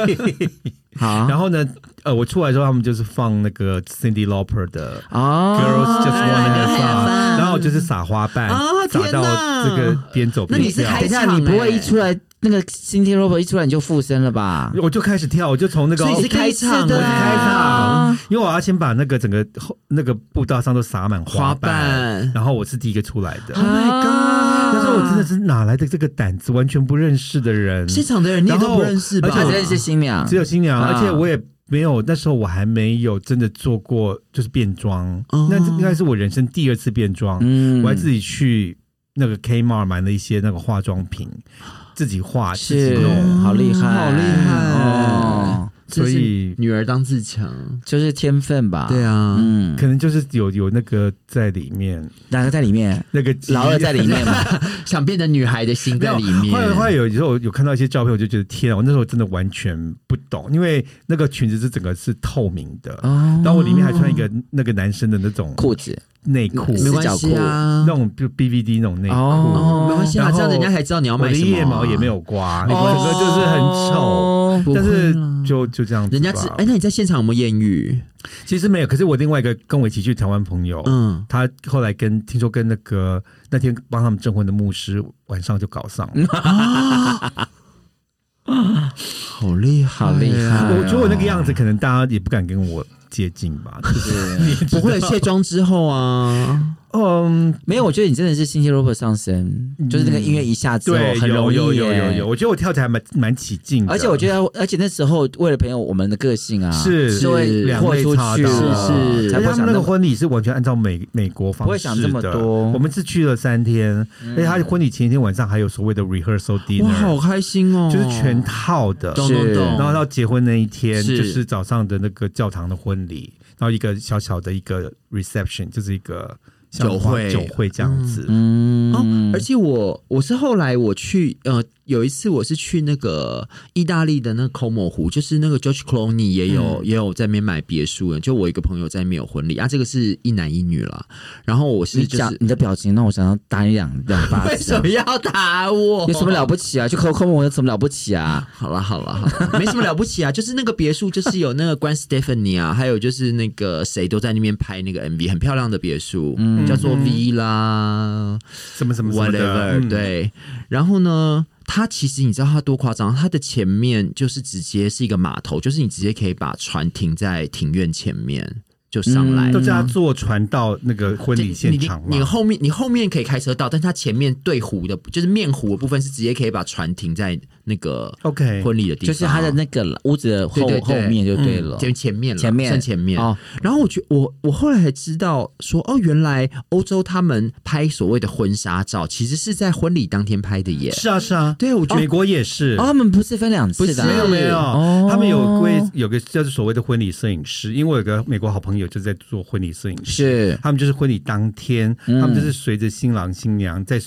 Speaker 3: 好
Speaker 1: 然后呢，呃，我出来之后他们就是放那个 Cindy Lauper 的。
Speaker 3: 哦
Speaker 1: Girls just wanna have
Speaker 3: have
Speaker 1: fun，
Speaker 3: fun
Speaker 1: 然后我就是撒花瓣
Speaker 2: 啊，
Speaker 1: 撒
Speaker 2: 天
Speaker 1: 到
Speaker 2: 哪
Speaker 1: 这个边走
Speaker 2: 那
Speaker 1: 边
Speaker 2: 你是
Speaker 1: 跳，
Speaker 2: 开
Speaker 3: 等一下，
Speaker 2: 场
Speaker 3: 你不
Speaker 2: 欸
Speaker 3: 会一出来那个 Cindy Roper 一出来你就附身了吧？
Speaker 1: 我就开始跳，我就从那个
Speaker 2: 所以你是开场
Speaker 3: 我第一次
Speaker 1: 我
Speaker 3: 的
Speaker 1: 是
Speaker 3: 啊
Speaker 1: 开场，因为我要先把那个整个后那个步道上都撒满花
Speaker 2: 花
Speaker 1: 瓣，
Speaker 2: 瓣。
Speaker 1: 然后我是第一个出来的。
Speaker 2: Oh my god！
Speaker 1: 但是我真的是哪来的这个胆子？完全不认识的人，
Speaker 2: 现场的人你也
Speaker 1: 然
Speaker 2: 都
Speaker 1: 后
Speaker 2: 不认识吧？
Speaker 1: 而且
Speaker 3: 他认识新娘，
Speaker 1: 只有新娘，
Speaker 3: 啊
Speaker 1: 而且我也没有，那时候我还没有真的做过就是变装，
Speaker 2: 哦
Speaker 1: 那这应该是我人生第二次变装，
Speaker 3: 嗯
Speaker 1: 我还自己去那个 Kmart 买了一些那个化妆品，自己画自己
Speaker 3: 是
Speaker 1: 弄，
Speaker 2: 哦
Speaker 3: 好厉害，
Speaker 2: 好厉害
Speaker 3: 哦，
Speaker 1: 所以
Speaker 2: 女儿当自强，
Speaker 3: 就是天分吧？
Speaker 2: 对，啊，
Speaker 3: 嗯，
Speaker 1: 可能就是有有那个在里面，
Speaker 3: 哪个在里面？
Speaker 1: 那个
Speaker 3: 老二在 里面嘛？
Speaker 2: 想变成女孩的心在里面
Speaker 1: 后来后来有时候有看到一些照片，我就觉得天啊，我那时候真的完全不懂，因为那个裙子是整个是透明的，
Speaker 3: 哦，
Speaker 1: 然后我里面还穿一个那个男生的那种
Speaker 3: 裤子
Speaker 1: 内裤，
Speaker 2: 没关系啊
Speaker 1: 那。种就 BVD 那种内裤。
Speaker 2: 哦，没关系啊，
Speaker 1: 然后
Speaker 2: 这样人家才知道你要
Speaker 1: 我
Speaker 2: 买
Speaker 1: 的
Speaker 2: 什么啊。哦
Speaker 1: 腋毛也没有刮，我哦整个就是很丑，
Speaker 3: 哦
Speaker 2: 不会
Speaker 1: 但是
Speaker 2: 啦
Speaker 1: 就就这样子吧。
Speaker 2: 人家知哎，那你在现场有没有艳遇？
Speaker 1: 其实没有，可是我另外一个跟我一起去台湾朋友，
Speaker 2: 嗯，
Speaker 1: 他后来跟听说跟那个那天帮他们证婚的牧师晚上就搞上了。
Speaker 2: 好厉害啊
Speaker 3: 好厉害
Speaker 1: 我觉得我那个样子，可能大家也不敢跟我接近吧。
Speaker 3: 是
Speaker 2: 不会卸妆之后 啊，
Speaker 1: 嗯，
Speaker 3: 没有，我觉得你真的是信息萝卜上升，就是那个音乐一下子哦
Speaker 1: 对，
Speaker 3: 很
Speaker 1: 有
Speaker 3: 容
Speaker 1: 哎
Speaker 3: 易
Speaker 1: 有有有
Speaker 3: 耶
Speaker 1: 有，我觉得我跳起来蛮蛮起劲的，
Speaker 3: 而且我觉
Speaker 1: 得
Speaker 3: 得，而且那时候为了朋友，我们的个性啊，
Speaker 1: 是
Speaker 3: 就会
Speaker 1: 两
Speaker 3: 豁
Speaker 1: 肋
Speaker 3: 出
Speaker 1: 插
Speaker 3: 去
Speaker 1: 刀
Speaker 3: 了，
Speaker 2: 是
Speaker 3: 才
Speaker 1: 而且
Speaker 3: 不会
Speaker 1: 他们
Speaker 3: 想
Speaker 1: 那
Speaker 3: 那
Speaker 1: 个
Speaker 3: 么
Speaker 1: 婚礼是完全按照美美国方式的，
Speaker 3: 不会想这么多嗯
Speaker 1: 我们是去了三天，而且他婚礼前一天晚上还有所谓的 rehearsal
Speaker 2: 哇，
Speaker 1: dinner，
Speaker 2: 好开心哦，
Speaker 1: 就是全套的，
Speaker 2: 懂
Speaker 3: 是
Speaker 2: 懂懂。
Speaker 1: 然后到结婚那一天，
Speaker 2: 是
Speaker 1: 就是早上的那个教堂的婚礼，然后一个小小的一个 reception，就是一个像
Speaker 2: 酒
Speaker 1: 花
Speaker 2: 会
Speaker 1: 酒会这样子。
Speaker 2: 哦
Speaker 3: 嗯，
Speaker 2: 而且我我是后来我去呃有一次我是去那个呃意大利的那个 Como 湖，就是那个 George Clooney 也有、也有在那边买别墅的，就我一个朋友在那边有婚礼啊，这个是一男一女啦。然后我是
Speaker 3: 你
Speaker 2: 就
Speaker 3: 讲
Speaker 2: 是
Speaker 3: 你的表情让我想要打你两两巴
Speaker 2: 为
Speaker 3: 掌
Speaker 2: 什么。要打我？
Speaker 3: 有什么了不起啊？去抠抠门有什么了不起啊？
Speaker 2: 好啦好啦好啦，没什么了不起啊，就是那个别墅，就是有那个 Gwen Stephanie 啊，还有就是那个谁都在那边拍那个 MV，很漂亮的别墅，嗯叫做 V 啦
Speaker 1: 什么什么什么的
Speaker 2: whatever，、
Speaker 1: 嗯
Speaker 2: 对。然后呢，它其实你知道它多夸张？它的前面就是直接是一个码头，就是你直接可以把船停在庭院前面就上
Speaker 3: 嗯
Speaker 2: 来。
Speaker 1: 都叫他坐船到那个婚礼现场
Speaker 2: 嗯你你
Speaker 1: 嘛。
Speaker 2: 后面你后面可以开车到，但它前面对湖的，就是面湖的部分是直接可以把船停在那个
Speaker 1: OK，
Speaker 2: 婚礼的地
Speaker 3: 就
Speaker 2: 方，
Speaker 3: 是他的那个屋子的后
Speaker 2: 对对对嗯
Speaker 3: 后面就对了。
Speaker 2: 前前面啦
Speaker 3: 前面
Speaker 2: 算前面。
Speaker 3: 哦，
Speaker 2: 然后我觉我我后来才知道说，哦，原来欧洲他们拍所谓的婚纱照，其实是在婚礼当天拍的耶。
Speaker 1: 是啊是啊，
Speaker 2: 对，我觉得
Speaker 1: 美国也是
Speaker 3: 哦，。他们不是分两次的啊，
Speaker 1: 没有没有，
Speaker 3: 哦
Speaker 1: 他们有归有个叫做所谓的婚礼摄影师，因为我有个美国好朋友就在做婚礼摄影师，
Speaker 3: 是
Speaker 1: 他们就是婚礼当天，
Speaker 3: 嗯
Speaker 1: 他们就是随着新郎新娘在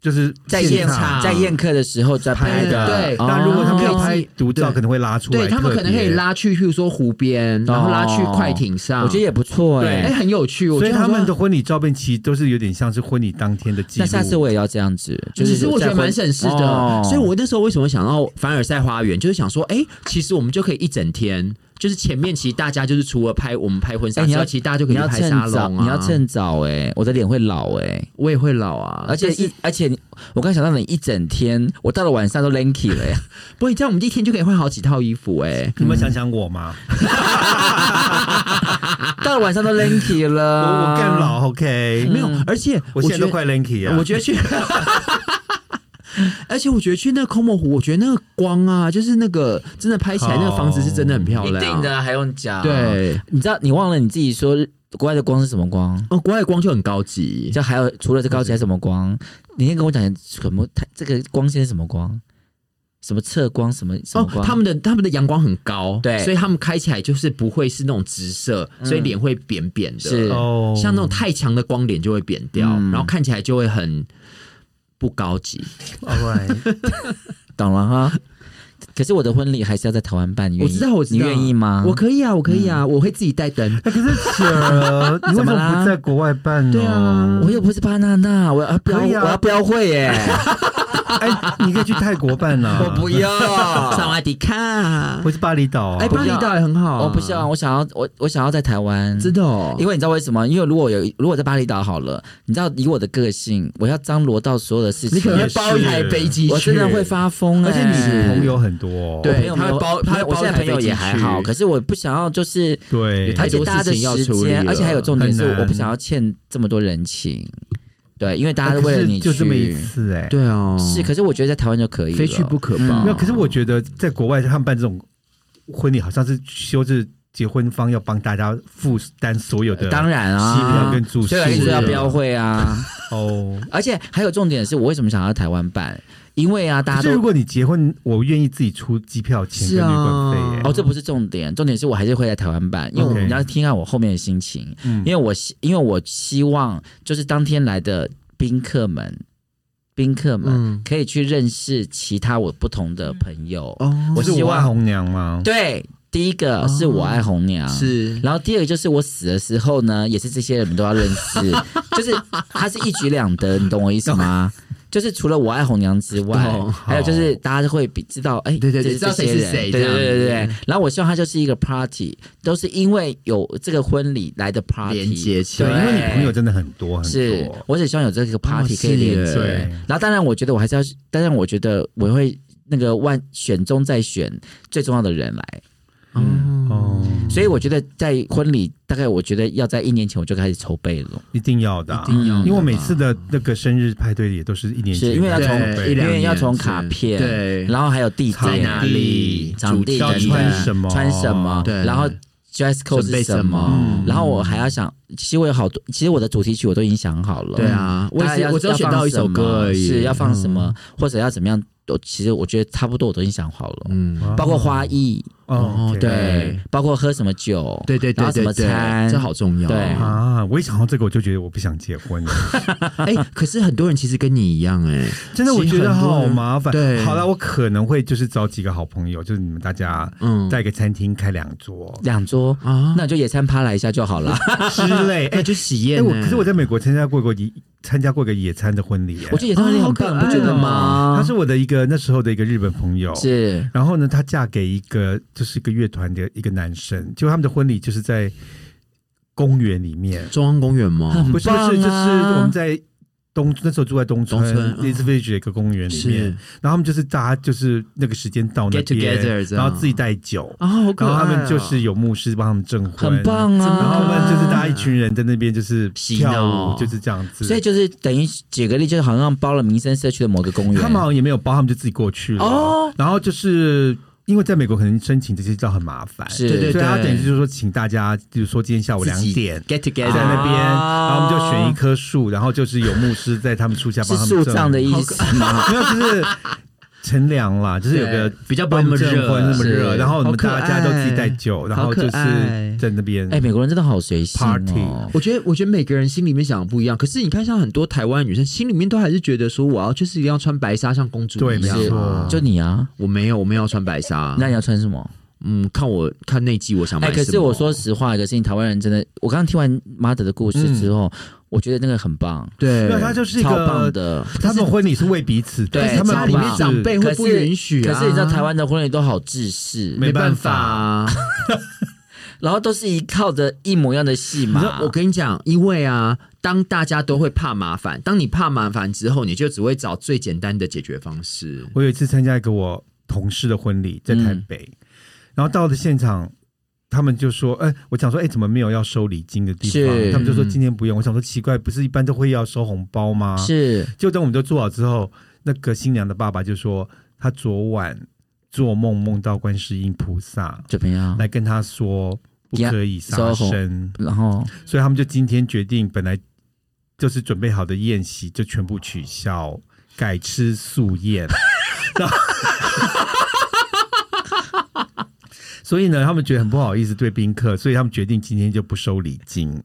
Speaker 1: 就是
Speaker 3: 在
Speaker 1: 现
Speaker 3: 宴
Speaker 2: 场
Speaker 3: 在宴客的时候再拍的。
Speaker 2: 对对
Speaker 3: 哦
Speaker 1: 那如果他们要拍独照，
Speaker 2: 对
Speaker 1: 可能会拉出来特
Speaker 2: 对
Speaker 1: 别，
Speaker 2: 他们可能可以拉去，譬如说湖边，然后拉去快艇上，
Speaker 3: 我觉得也不错哎、
Speaker 2: 哎很有趣。我
Speaker 1: 所以
Speaker 2: 觉得
Speaker 1: 他们
Speaker 2: 说
Speaker 1: 的婚礼照片其实都是有点像是婚礼当天的记录。
Speaker 3: 那下次我也要这样子，就
Speaker 2: 其
Speaker 3: 是
Speaker 2: 实我觉得
Speaker 3: 在婚
Speaker 2: 蛮省事的，
Speaker 3: 哦
Speaker 2: 所以我那时候为什么想到凡尔赛花园，就是想说，哎、其实我们就可以一整天，就是前面其实大家就是除了拍我们拍婚纱
Speaker 3: 哎
Speaker 2: 之
Speaker 3: 你
Speaker 2: 外，
Speaker 3: 要
Speaker 2: 其实大家就可以
Speaker 3: 你
Speaker 2: 去
Speaker 3: 要
Speaker 2: 拍
Speaker 3: 趁
Speaker 2: 沙
Speaker 3: 早，
Speaker 2: 龙啊。
Speaker 3: 你要趁早哎、我的脸会老哎、
Speaker 2: 我也会老啊，
Speaker 3: 而且
Speaker 2: 但是
Speaker 3: 一，而且你我刚想到你一整天，我到了晚上都 lanky 了呀。
Speaker 2: 不过你这样我们一天就可以换好几套衣服哎、
Speaker 3: 嗯
Speaker 1: 你们想想我嘛，
Speaker 3: 到了晚上都 lanky
Speaker 1: 我
Speaker 3: 了，
Speaker 1: 我更。老，OK，
Speaker 3: 嗯
Speaker 2: 没有，而且
Speaker 1: 我
Speaker 2: 觉
Speaker 1: 现在
Speaker 2: 得
Speaker 1: 都快 lanky 啊，
Speaker 2: 我觉得去， 而且我觉得去那个空墨湖，我觉得那个光啊，就是那个真的拍起来那个房子是真的很漂
Speaker 3: 一
Speaker 2: 亮，
Speaker 3: 定的啊，还用讲？，
Speaker 2: 对。
Speaker 3: 你知道你忘了你自己说国外的光是什么光？
Speaker 2: 哦，国外的光就很高级，
Speaker 3: 就还有除了这
Speaker 2: 嗯
Speaker 3: 高级还有什么光？你先跟我讲什么？它这个光线是什么光？什么测光？什么什么
Speaker 2: 哦，
Speaker 3: 光？
Speaker 2: 他们的他们的阳光很高，
Speaker 3: 对
Speaker 2: 所以他们开起来就是不会是那种直射，所以
Speaker 3: 嗯
Speaker 2: 脸会扁扁的，
Speaker 3: 是
Speaker 1: 哦，
Speaker 2: 像那种太强的光脸就会扁掉，
Speaker 3: 嗯
Speaker 2: 然后看起来就会很不高级。
Speaker 1: All right，
Speaker 3: 懂了哈。可是我的婚礼还是要在台湾办，你愿意
Speaker 2: 我知道我知道
Speaker 3: 你愿意吗？
Speaker 2: 我可以啊，我可以啊，
Speaker 3: 嗯
Speaker 2: 我会自己带灯。
Speaker 1: 哎可是雪 儿，你为什
Speaker 3: 怎
Speaker 1: 么
Speaker 3: 么啦
Speaker 1: 不在国外办呢？
Speaker 2: 对啊
Speaker 3: 我又不是巴娜娜，我要标、
Speaker 1: 可以啊
Speaker 3: 我要标会耶、
Speaker 1: 哎，你可以去泰国办呐，
Speaker 3: 我不 要，
Speaker 2: 萨瓦迪卡，
Speaker 1: 我是巴厘岛啊
Speaker 2: 哎，，巴厘岛也很 好啊，
Speaker 3: 我不想，我想要我我想要在台湾，
Speaker 2: 真的哦，
Speaker 3: 因为你知道为什么？因为如果有如果在巴厘岛好了，你知道以我的个性，我要张罗到所有的事情，
Speaker 2: 你可能
Speaker 1: 也
Speaker 2: 会
Speaker 1: 是
Speaker 2: 包一台飞机去，
Speaker 3: 我真的会发疯、
Speaker 1: 而且你
Speaker 3: 哎
Speaker 1: 朋友很多，哦
Speaker 3: 我
Speaker 2: 对
Speaker 3: 朋友没有
Speaker 2: 他会包他会
Speaker 3: 我现在
Speaker 2: 包
Speaker 3: 朋
Speaker 2: 台
Speaker 3: 友也
Speaker 2: 飞机
Speaker 3: 还好，
Speaker 2: 去
Speaker 3: 可是我不想要就是。
Speaker 1: 对
Speaker 2: 有太
Speaker 3: 而且
Speaker 2: 多
Speaker 3: 大家的
Speaker 2: 事情要
Speaker 3: 时
Speaker 2: 处理
Speaker 3: 间，
Speaker 2: 了
Speaker 3: 而且还有重点是
Speaker 1: 很，难
Speaker 3: 我不想要欠这么多人情。对，因为大
Speaker 1: 哎
Speaker 3: 家啊都为了
Speaker 1: 可是
Speaker 3: 你去，哦
Speaker 1: 就这么一次哎，
Speaker 2: 对啊，
Speaker 3: 是，可是我觉得在台湾就可以了，
Speaker 2: 非去不可吧
Speaker 3: 嗯
Speaker 1: 没有，可是我觉得在国外他们办这种婚礼，好像是修是结婚方要帮大家负担所有的
Speaker 3: 当然
Speaker 1: 机票
Speaker 3: 啊，
Speaker 1: 跟住宿，
Speaker 3: 所以我还是要标会啊，
Speaker 1: 哦。
Speaker 3: 而且还有重点是我为什么想要台湾办？因为啊，大
Speaker 1: 可
Speaker 3: 家
Speaker 1: 是如
Speaker 3: 都
Speaker 1: 果你结婚，我愿意自己出机票钱跟
Speaker 2: 是啊
Speaker 1: 旅馆费耶、
Speaker 3: 哦，这不是重点，重点是我还是会在台湾办，因为我
Speaker 1: OK
Speaker 3: 们要听看我后面的心情，
Speaker 1: 嗯
Speaker 3: 因为我希因为我希望就是当天来的宾客们，宾客们
Speaker 2: 嗯，
Speaker 3: 可以去认识其他我不同的朋友。
Speaker 2: 哦
Speaker 3: 我
Speaker 1: 不是
Speaker 3: 希
Speaker 1: 我爱
Speaker 3: 望
Speaker 1: 红娘吗？
Speaker 3: 对，第一个是我爱红娘，
Speaker 2: 是
Speaker 3: 然后第二个就是我死的时候呢，也是这些人都要认 识，就是它是一举两得，你懂我意 思吗？就是除了我爱红娘之外
Speaker 2: 懂，
Speaker 3: 还有就是大家会比知道，哎，
Speaker 2: 对对
Speaker 3: 这
Speaker 2: 对知道
Speaker 3: 这
Speaker 2: 谁
Speaker 3: 些
Speaker 2: 是
Speaker 3: 人
Speaker 2: 谁
Speaker 3: 对对
Speaker 2: 这样
Speaker 3: 对对
Speaker 2: 子
Speaker 3: 对。然后我希望它就是一个 party，都是因为有这个婚礼来的 party，
Speaker 2: 连接起
Speaker 1: 对，
Speaker 2: 来
Speaker 1: 因为你朋友真的很多很
Speaker 3: 是
Speaker 1: 多，
Speaker 3: 我只希望有这个 party
Speaker 2: 哦
Speaker 3: 可以连接。
Speaker 2: 是耶
Speaker 1: 对
Speaker 3: 然后当然，我觉得我还是要，当然我觉得我会那个万选中再选最重要的人来。
Speaker 1: 哦，
Speaker 3: 所以我觉得在婚礼，大概我觉得要在一年前我就开始筹备了，
Speaker 1: 一定要的啊、
Speaker 2: 一定要的吧
Speaker 1: 因为我每次的那个生日派对也都是一年前，
Speaker 3: 是因为要从
Speaker 1: 对
Speaker 2: 一
Speaker 3: 因
Speaker 2: 两
Speaker 3: 为
Speaker 2: 年
Speaker 3: 要从卡片，
Speaker 2: 对
Speaker 3: 然后还有地
Speaker 1: 在
Speaker 3: 点、
Speaker 1: 哪里
Speaker 3: 场地
Speaker 1: 要
Speaker 3: 等等
Speaker 1: 穿什么
Speaker 3: 穿什么，
Speaker 2: 对
Speaker 3: 然后 dress code
Speaker 2: 准备
Speaker 3: 是
Speaker 2: 什
Speaker 3: 什
Speaker 2: 么
Speaker 3: 么，然后我还要想，其实我有好多，其实我的主题曲我都已经想好了，
Speaker 2: 对啊我也是
Speaker 3: 大概要
Speaker 2: 我只有选到一首歌而已嗯
Speaker 3: 要放什么是要放什么或者要怎么样，我其实我觉得差不多我都已经想好了，
Speaker 2: 嗯，
Speaker 1: 哦
Speaker 3: 包括花艺，
Speaker 1: 哦
Speaker 2: 哦，
Speaker 1: OK
Speaker 2: 对
Speaker 3: 对，包括喝什么酒，
Speaker 2: 对对
Speaker 3: 然
Speaker 2: 对
Speaker 3: 后什
Speaker 2: 对
Speaker 3: 么
Speaker 2: 对，
Speaker 3: 餐
Speaker 2: 这好重要。
Speaker 3: 对
Speaker 1: 啊，我一想到这个我就觉得我不想结婚 了，啊
Speaker 2: 哎，可是很多人其实跟你一样，哎，
Speaker 1: 真的我觉得好麻烦。
Speaker 2: 其实很多人对
Speaker 1: 好了，我可能会就是找几个好朋友，就是你们大家
Speaker 2: 嗯
Speaker 1: 在一个餐厅开两 桌
Speaker 3: 两桌
Speaker 2: 啊，
Speaker 3: 那就野餐趴来一下就好了。
Speaker 1: 之类。哎
Speaker 2: 那就喜
Speaker 1: 哎、
Speaker 2: 宴
Speaker 1: 我
Speaker 2: 呢。
Speaker 1: 可是我在美国参加过一个野参加过一个野餐的婚礼、哎
Speaker 3: 我觉得野餐婚礼很棒，
Speaker 2: 哦好可爱
Speaker 3: 你不觉得吗？
Speaker 1: 她是我的一个那时候的一个日本朋友，
Speaker 3: 是
Speaker 1: 然后呢，她嫁给一个就是一个乐团的一个男生，结果他们的婚礼就是在公园里面，
Speaker 2: 中央公园吗？
Speaker 1: 不是不是，
Speaker 3: 啊
Speaker 1: 就是我们在东那时候住在东村
Speaker 2: 啊东村嗯
Speaker 1: l i z Village 的一个公园里面
Speaker 2: 是，
Speaker 1: 然后他们就是大家就是那个时间到那
Speaker 2: Get together
Speaker 1: 边，
Speaker 2: 这
Speaker 1: 然
Speaker 2: 样
Speaker 1: 后自己带酒，
Speaker 2: 啊，好可
Speaker 1: 然
Speaker 2: 爱
Speaker 1: 后
Speaker 2: 啊。
Speaker 1: 他们就是有牧师帮他们证婚，
Speaker 3: 很。棒
Speaker 2: 真的
Speaker 3: 啊！
Speaker 1: 然后他们就是大家一群人在那边就是
Speaker 2: 嬉闹
Speaker 1: 跳舞，就是这样子。
Speaker 3: 所以就是等于举个例，就是好像包了民生社区的某个公园，
Speaker 1: 他们好像也没有包，他们就自己过去了。
Speaker 3: 哦
Speaker 1: 然后就是因为在美国可能申请这些照很麻烦，
Speaker 3: 是
Speaker 2: 对对
Speaker 1: 所以他等于就是说请大家，比如说今天下午两点。
Speaker 2: get
Speaker 1: 在
Speaker 2: together，
Speaker 3: 啊
Speaker 1: 那边，然后我们就选一棵树，然后就是有牧师在他们树下
Speaker 3: 是
Speaker 1: 帮他们
Speaker 3: 树
Speaker 1: 证
Speaker 3: 葬的意思吗？
Speaker 1: 没有，就是乘凉啦，就是有个
Speaker 2: 比较不会
Speaker 1: 帮
Speaker 2: 那
Speaker 1: 他
Speaker 2: 么
Speaker 1: 们证婚
Speaker 2: 热，
Speaker 1: 那么热，
Speaker 3: 是
Speaker 1: 然后我
Speaker 2: 好
Speaker 1: 们
Speaker 2: 可
Speaker 1: 大家都自己带
Speaker 2: 爱
Speaker 1: 酒，然后就是
Speaker 2: 好可爱
Speaker 1: 在那边。
Speaker 3: 哎，美国人真的好随性
Speaker 1: Party
Speaker 3: 哦。
Speaker 2: 我觉得，我觉得每个人心里面想的不一样。可是你看，像很多台湾女生心里面都还是觉得说，我要就是一定要穿白纱，像公主
Speaker 1: 对
Speaker 2: 一样。
Speaker 1: 没错啊
Speaker 3: 就你啊，
Speaker 2: 我没有，我没有要穿白纱。
Speaker 3: 那你要穿什么？
Speaker 2: 嗯，看我看那季，我想买
Speaker 3: 哎，
Speaker 2: 什么。
Speaker 3: 可是我说实话，一个事情，台湾人真的，我刚刚听完 mother 的故事之后，我觉得那个很棒，
Speaker 2: 对
Speaker 1: 没有，他嗯就是一
Speaker 3: 超棒
Speaker 1: 个，
Speaker 3: 的。
Speaker 1: 他们婚礼是为彼此的，
Speaker 3: 对
Speaker 1: 他们
Speaker 3: 家里面
Speaker 1: 不是
Speaker 2: 长辈会不允许啊
Speaker 3: 可是你知道台湾的婚礼都好制式，
Speaker 1: 没
Speaker 2: 没
Speaker 1: 办
Speaker 2: 办
Speaker 1: 法
Speaker 2: 法啊。
Speaker 3: 然后都是一靠着一模一样的戏
Speaker 2: 你知
Speaker 3: 码
Speaker 2: 道，。我跟你讲，因为啊，当大家都会怕麻烦，当你怕麻烦之后，你就只会找最简单的解决方式。
Speaker 1: 我有一次参加一个我同事的婚礼，在
Speaker 3: 嗯
Speaker 1: 台北，然后到了现场，他们就说：“哎、我讲说，哎、怎么没有要收礼金的地方？”
Speaker 3: 是嗯
Speaker 1: 他们就说今天不用。我想说奇怪，不是一般都会要收红包吗？
Speaker 3: 是
Speaker 1: 就等我们都做好之后，那个新娘的爸爸就说，他昨晚做梦梦到观世音菩萨
Speaker 3: 怎么样？
Speaker 1: 来跟他说不可以杀
Speaker 3: 收红
Speaker 1: 生，
Speaker 3: 然后
Speaker 1: 所以他们就今天决定，本来就是准备好的宴席就全部取消，改吃素宴。 然后所以呢，他们觉得很不好意思对宾客，所以他们决定今天就不收礼金。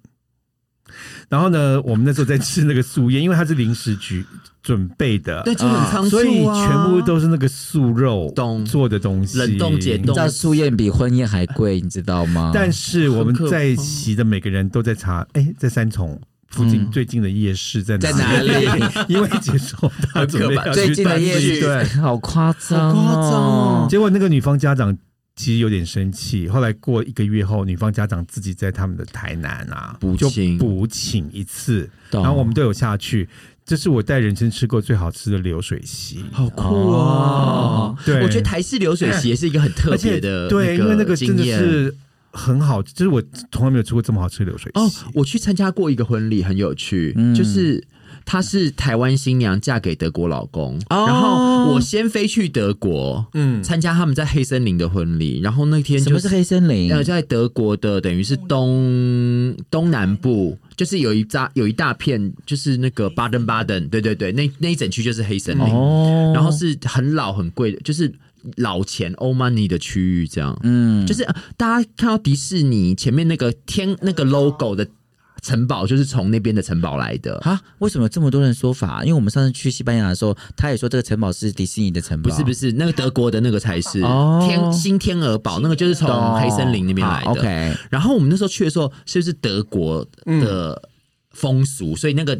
Speaker 1: 然后呢，我们那时候在吃那个素宴，因为它是临时举准备的，
Speaker 2: 对，就很仓促、啊
Speaker 1: 所以全部都是那个素肉
Speaker 2: 懂
Speaker 1: 做的东西，
Speaker 2: 冷冻解
Speaker 3: 你
Speaker 2: 冻
Speaker 3: 知道素宴比婚宴还贵，你知道
Speaker 2: 啊
Speaker 3: 吗？
Speaker 1: 但是我们
Speaker 2: 很可怕
Speaker 1: 在席的每个人都在查，哎、在三重附近
Speaker 3: 嗯
Speaker 1: 最近的夜市在哪
Speaker 2: 在哪里？
Speaker 1: 因为接受他
Speaker 2: 很
Speaker 1: 准
Speaker 2: 可怕
Speaker 1: 备要去
Speaker 3: 最近的夜市，
Speaker 1: 对，
Speaker 3: 好夸张、
Speaker 2: 好
Speaker 3: 哦，
Speaker 2: 夸张哦
Speaker 1: 结果那个女方家长其实有点生气，后来过一个月后，女方家长自己在他们的台南啊
Speaker 2: 补哦
Speaker 1: 就
Speaker 2: 请
Speaker 1: 补请一次，
Speaker 3: 懂
Speaker 1: 然后我们都有下去。这是我带人生吃过最好吃的流水席，
Speaker 2: 好酷哦！
Speaker 1: 对
Speaker 2: 我觉得台式流水席也是一个很特
Speaker 1: 而且
Speaker 2: 别的，
Speaker 1: 对，因为那个真的
Speaker 2: 经验
Speaker 1: 是很好，就是
Speaker 2: 哦
Speaker 1: 我从来没有吃过这么好吃的流水席。
Speaker 2: 哦，我去参加过一个婚礼，很有趣，
Speaker 3: 嗯
Speaker 2: 就是她是台湾新娘嫁给德国老公，
Speaker 3: 哦
Speaker 2: 然后我先飞去德国
Speaker 1: 嗯，
Speaker 2: 参加他们在黑森林的婚礼，然后那天
Speaker 3: 什
Speaker 2: 就
Speaker 3: 么是黑森林？
Speaker 2: 呃，在德国的等于是东东南部，就是有一扎有一大片，就是那个巴登巴登，对对对，那那一整区就是黑森林，
Speaker 3: 哦，
Speaker 2: 然后是很老很贵的，就是老钱欧 money 的区域这样。
Speaker 3: 嗯，
Speaker 2: 就是呃大家看到迪士尼前面那个天那个 logo 的城堡，就是从那边的城堡来的。
Speaker 3: 啊，为什么有这么多人说法？因为我们上次去西班牙的时候，他也说这个城堡是迪士尼的城堡，
Speaker 2: 不是不
Speaker 3: 是
Speaker 2: 是，那个德国的那个才是、
Speaker 3: 哦
Speaker 2: 天新天鹅堡，那个就是从黑森林那边来的。
Speaker 3: 啊 OK，
Speaker 2: 然后我们那时候去的时候，是不是德国的风俗？所以那个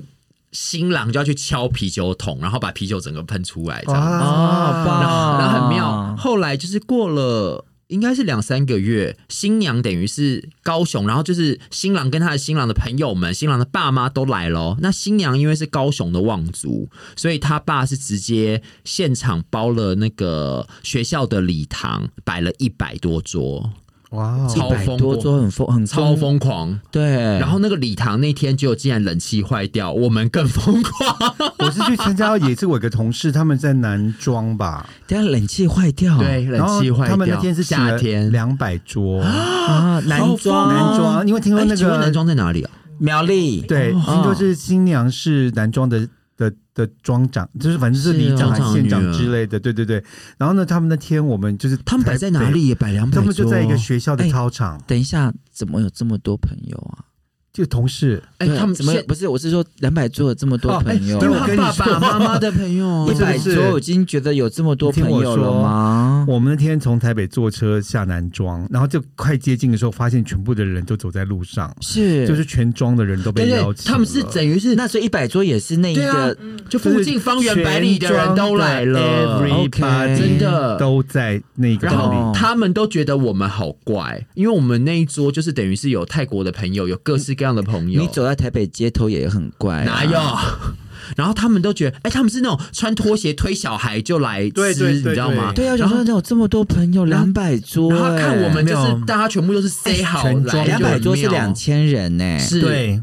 Speaker 2: 新郎就要去敲啤酒桶，然后把啤酒整个喷出来，这样。
Speaker 3: 哦，
Speaker 2: 然
Speaker 3: 棒
Speaker 2: 后然啊后很
Speaker 1: 啊
Speaker 2: 妙。后来就是过了。应该是两三个月，新娘等于是高雄，然后就是新郎跟他的新郎的朋友们、新郎的爸妈都来咯。那新娘因为是高雄的望族，所以他爸是直接现场包了那个学校的礼堂，摆了一百多桌，
Speaker 1: 哇哦，
Speaker 2: 超
Speaker 3: 百
Speaker 2: 疯
Speaker 3: 多
Speaker 2: 狂，
Speaker 3: 桌很疯，很
Speaker 2: 超，疯狂。
Speaker 3: 对。
Speaker 1: 嗯
Speaker 2: 然后那个礼堂那天就竟然冷气坏掉，我们更疯狂。
Speaker 1: 我是去参加，也是我有个同事他们在南庄吧，
Speaker 3: 等一下冷气坏掉，
Speaker 2: 对，
Speaker 1: 然
Speaker 2: 冷
Speaker 1: 后
Speaker 2: 气坏掉。
Speaker 1: 他们那天是
Speaker 2: 夏天，
Speaker 1: 两百 桌，
Speaker 3: 啊，男装，
Speaker 1: 男装，因为听说
Speaker 2: 哎
Speaker 1: 那
Speaker 2: 请问哦
Speaker 1: 个
Speaker 2: 男装在哪里啊？
Speaker 3: 苗栗，
Speaker 1: 对，听说是新娘是男装的的的庄长，就是反正是
Speaker 2: 是
Speaker 1: 里长、
Speaker 2: 哦庄长
Speaker 1: 县
Speaker 2: 女
Speaker 1: 长
Speaker 2: 儿
Speaker 1: 之类的，对对对。然后呢，他们那天我们就是
Speaker 2: 他们摆
Speaker 1: 台
Speaker 2: 在哪
Speaker 1: 北？
Speaker 2: 里？也摆两百
Speaker 1: 他
Speaker 2: 桌，
Speaker 1: 们就在一个学校的
Speaker 3: 哎
Speaker 1: 操场，
Speaker 3: 等一下，怎么有这么多朋友啊？
Speaker 1: 就同事。
Speaker 2: 哎，
Speaker 3: 对啊
Speaker 2: 他们
Speaker 3: 怎么
Speaker 2: 现
Speaker 3: 不是？我是说两百桌有这么多
Speaker 1: 哦哎
Speaker 3: 朋友，哦
Speaker 1: 对
Speaker 2: 因为
Speaker 1: 我跟
Speaker 2: 他
Speaker 1: 你
Speaker 2: 爸
Speaker 1: 说
Speaker 2: 爸妈妈 的朋友
Speaker 1: 不
Speaker 3: 一
Speaker 1: 是
Speaker 3: 百桌我已经觉得有这么多朋友了吗？
Speaker 1: 我们那天从台北坐车下南庄，然后就快接近的时候，发现全部的人都走在路上，
Speaker 3: 是，
Speaker 1: 就是全庄的人都
Speaker 2: 对
Speaker 1: 被邀
Speaker 2: 对，
Speaker 1: 请了。
Speaker 2: 他们是等于是
Speaker 3: 那所以一百桌也是那一
Speaker 2: 对啊
Speaker 3: 个，
Speaker 2: 就附近方圆百里的人都来了
Speaker 1: 全，庄的
Speaker 3: OK
Speaker 1: ，everybody
Speaker 2: 真的
Speaker 1: 都在那个
Speaker 2: 然
Speaker 1: 道理。
Speaker 2: 后他们都觉得我们好怪，因为我们那一桌就是等于是有泰国的朋友，有各式各样的朋友，
Speaker 3: 你走在台北街头也很怪啊，
Speaker 1: 哎
Speaker 2: 哪有？然后他们都觉得，哎，他们是那种穿拖鞋推小孩就来
Speaker 1: 对
Speaker 2: 吃，
Speaker 1: 对
Speaker 2: 你
Speaker 1: 对
Speaker 2: 知道吗？
Speaker 3: 对啊，我
Speaker 2: 然
Speaker 3: 想
Speaker 2: 后
Speaker 3: 说有这么多朋友，
Speaker 2: 然后
Speaker 3: 两百桌、
Speaker 2: 然后他看我们就
Speaker 1: 没有
Speaker 2: 是大家全部都是塞好
Speaker 1: 哎全
Speaker 2: 来，
Speaker 1: 装
Speaker 3: 两百桌是
Speaker 2: 有没有
Speaker 3: 两，千人呢、
Speaker 2: 是
Speaker 1: 对，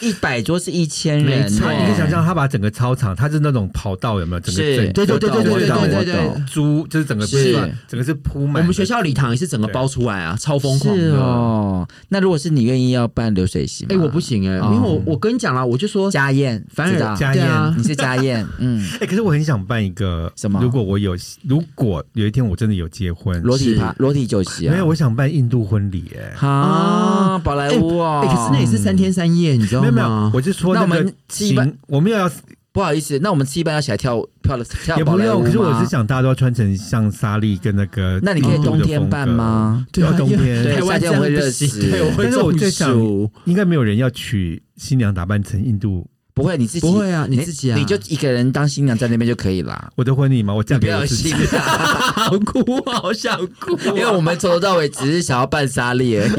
Speaker 3: 一百桌是一千人、
Speaker 2: 没
Speaker 1: 他
Speaker 2: 错
Speaker 1: 你可以想
Speaker 3: 欸。
Speaker 1: 象，他把整个操场，他是那种跑道有没有？整个
Speaker 3: 是
Speaker 1: 整
Speaker 2: 对对对对对对
Speaker 1: 我懂我
Speaker 2: 对
Speaker 1: 懂
Speaker 2: 对
Speaker 3: 我
Speaker 2: 对
Speaker 3: 懂
Speaker 2: 对。
Speaker 1: 租就是整个
Speaker 2: 是
Speaker 1: 整个是铺满的。
Speaker 2: 我们学校礼堂也是整个包出来啊，超疯狂
Speaker 3: 是
Speaker 2: 的。
Speaker 3: 哦，那如果是你愿意要办流水席吗？
Speaker 2: 哎、我不行哎、
Speaker 3: 哦
Speaker 2: 因为我我跟你讲啦，我就说，
Speaker 3: 家宴，
Speaker 2: 反
Speaker 3: 知
Speaker 2: 而
Speaker 3: 道
Speaker 1: 嗯家
Speaker 2: 对啊
Speaker 1: 宴
Speaker 3: 你，是家宴，嗯，
Speaker 1: 哎、可是我很想办一个
Speaker 3: 什么
Speaker 1: 如果我有，如果有一天我真的有结婚，
Speaker 3: 裸体
Speaker 2: 是
Speaker 3: 趴，裸体酒席啊，
Speaker 1: 没有，我想办印度婚礼、哎、
Speaker 3: 啊，宝莱坞哦，
Speaker 2: 哎、可是那也是三天三夜，你知道
Speaker 1: 没
Speaker 2: 吗？
Speaker 1: 有没有，我就说
Speaker 3: 那我
Speaker 1: 个
Speaker 3: 们吃一半
Speaker 1: 行，我们要
Speaker 3: 不好意思，那我们吃一半要起来跳跳跳
Speaker 1: 也
Speaker 3: 宝
Speaker 1: 不
Speaker 3: 莱坞
Speaker 1: 用，
Speaker 3: 吗
Speaker 1: 可是我是，想大家都要穿成像莎莉跟那个，
Speaker 3: 那你可以冬天办？吗？
Speaker 1: 对啊，
Speaker 2: 对啊
Speaker 1: 冬
Speaker 2: 因为
Speaker 1: 天
Speaker 3: 对
Speaker 2: 台湾
Speaker 3: 夏天我会热死
Speaker 2: 这样不行对，我会
Speaker 1: 但是我
Speaker 2: 中
Speaker 1: 最想
Speaker 2: 暑。
Speaker 1: 应该没有人要娶新娘打扮成印度。
Speaker 3: 不会，你自己
Speaker 2: 不会啊你自己啊
Speaker 3: 你就一个人当新娘在那边就可以啦。
Speaker 1: 我的婚礼嘛，我嫁
Speaker 3: 不
Speaker 1: 给
Speaker 3: 要
Speaker 1: 我自
Speaker 3: 信
Speaker 1: 己。
Speaker 3: 啊，
Speaker 2: 好哭，好想哭。 啊
Speaker 3: 因为我们从头到尾只是想要办沙粒 而 已。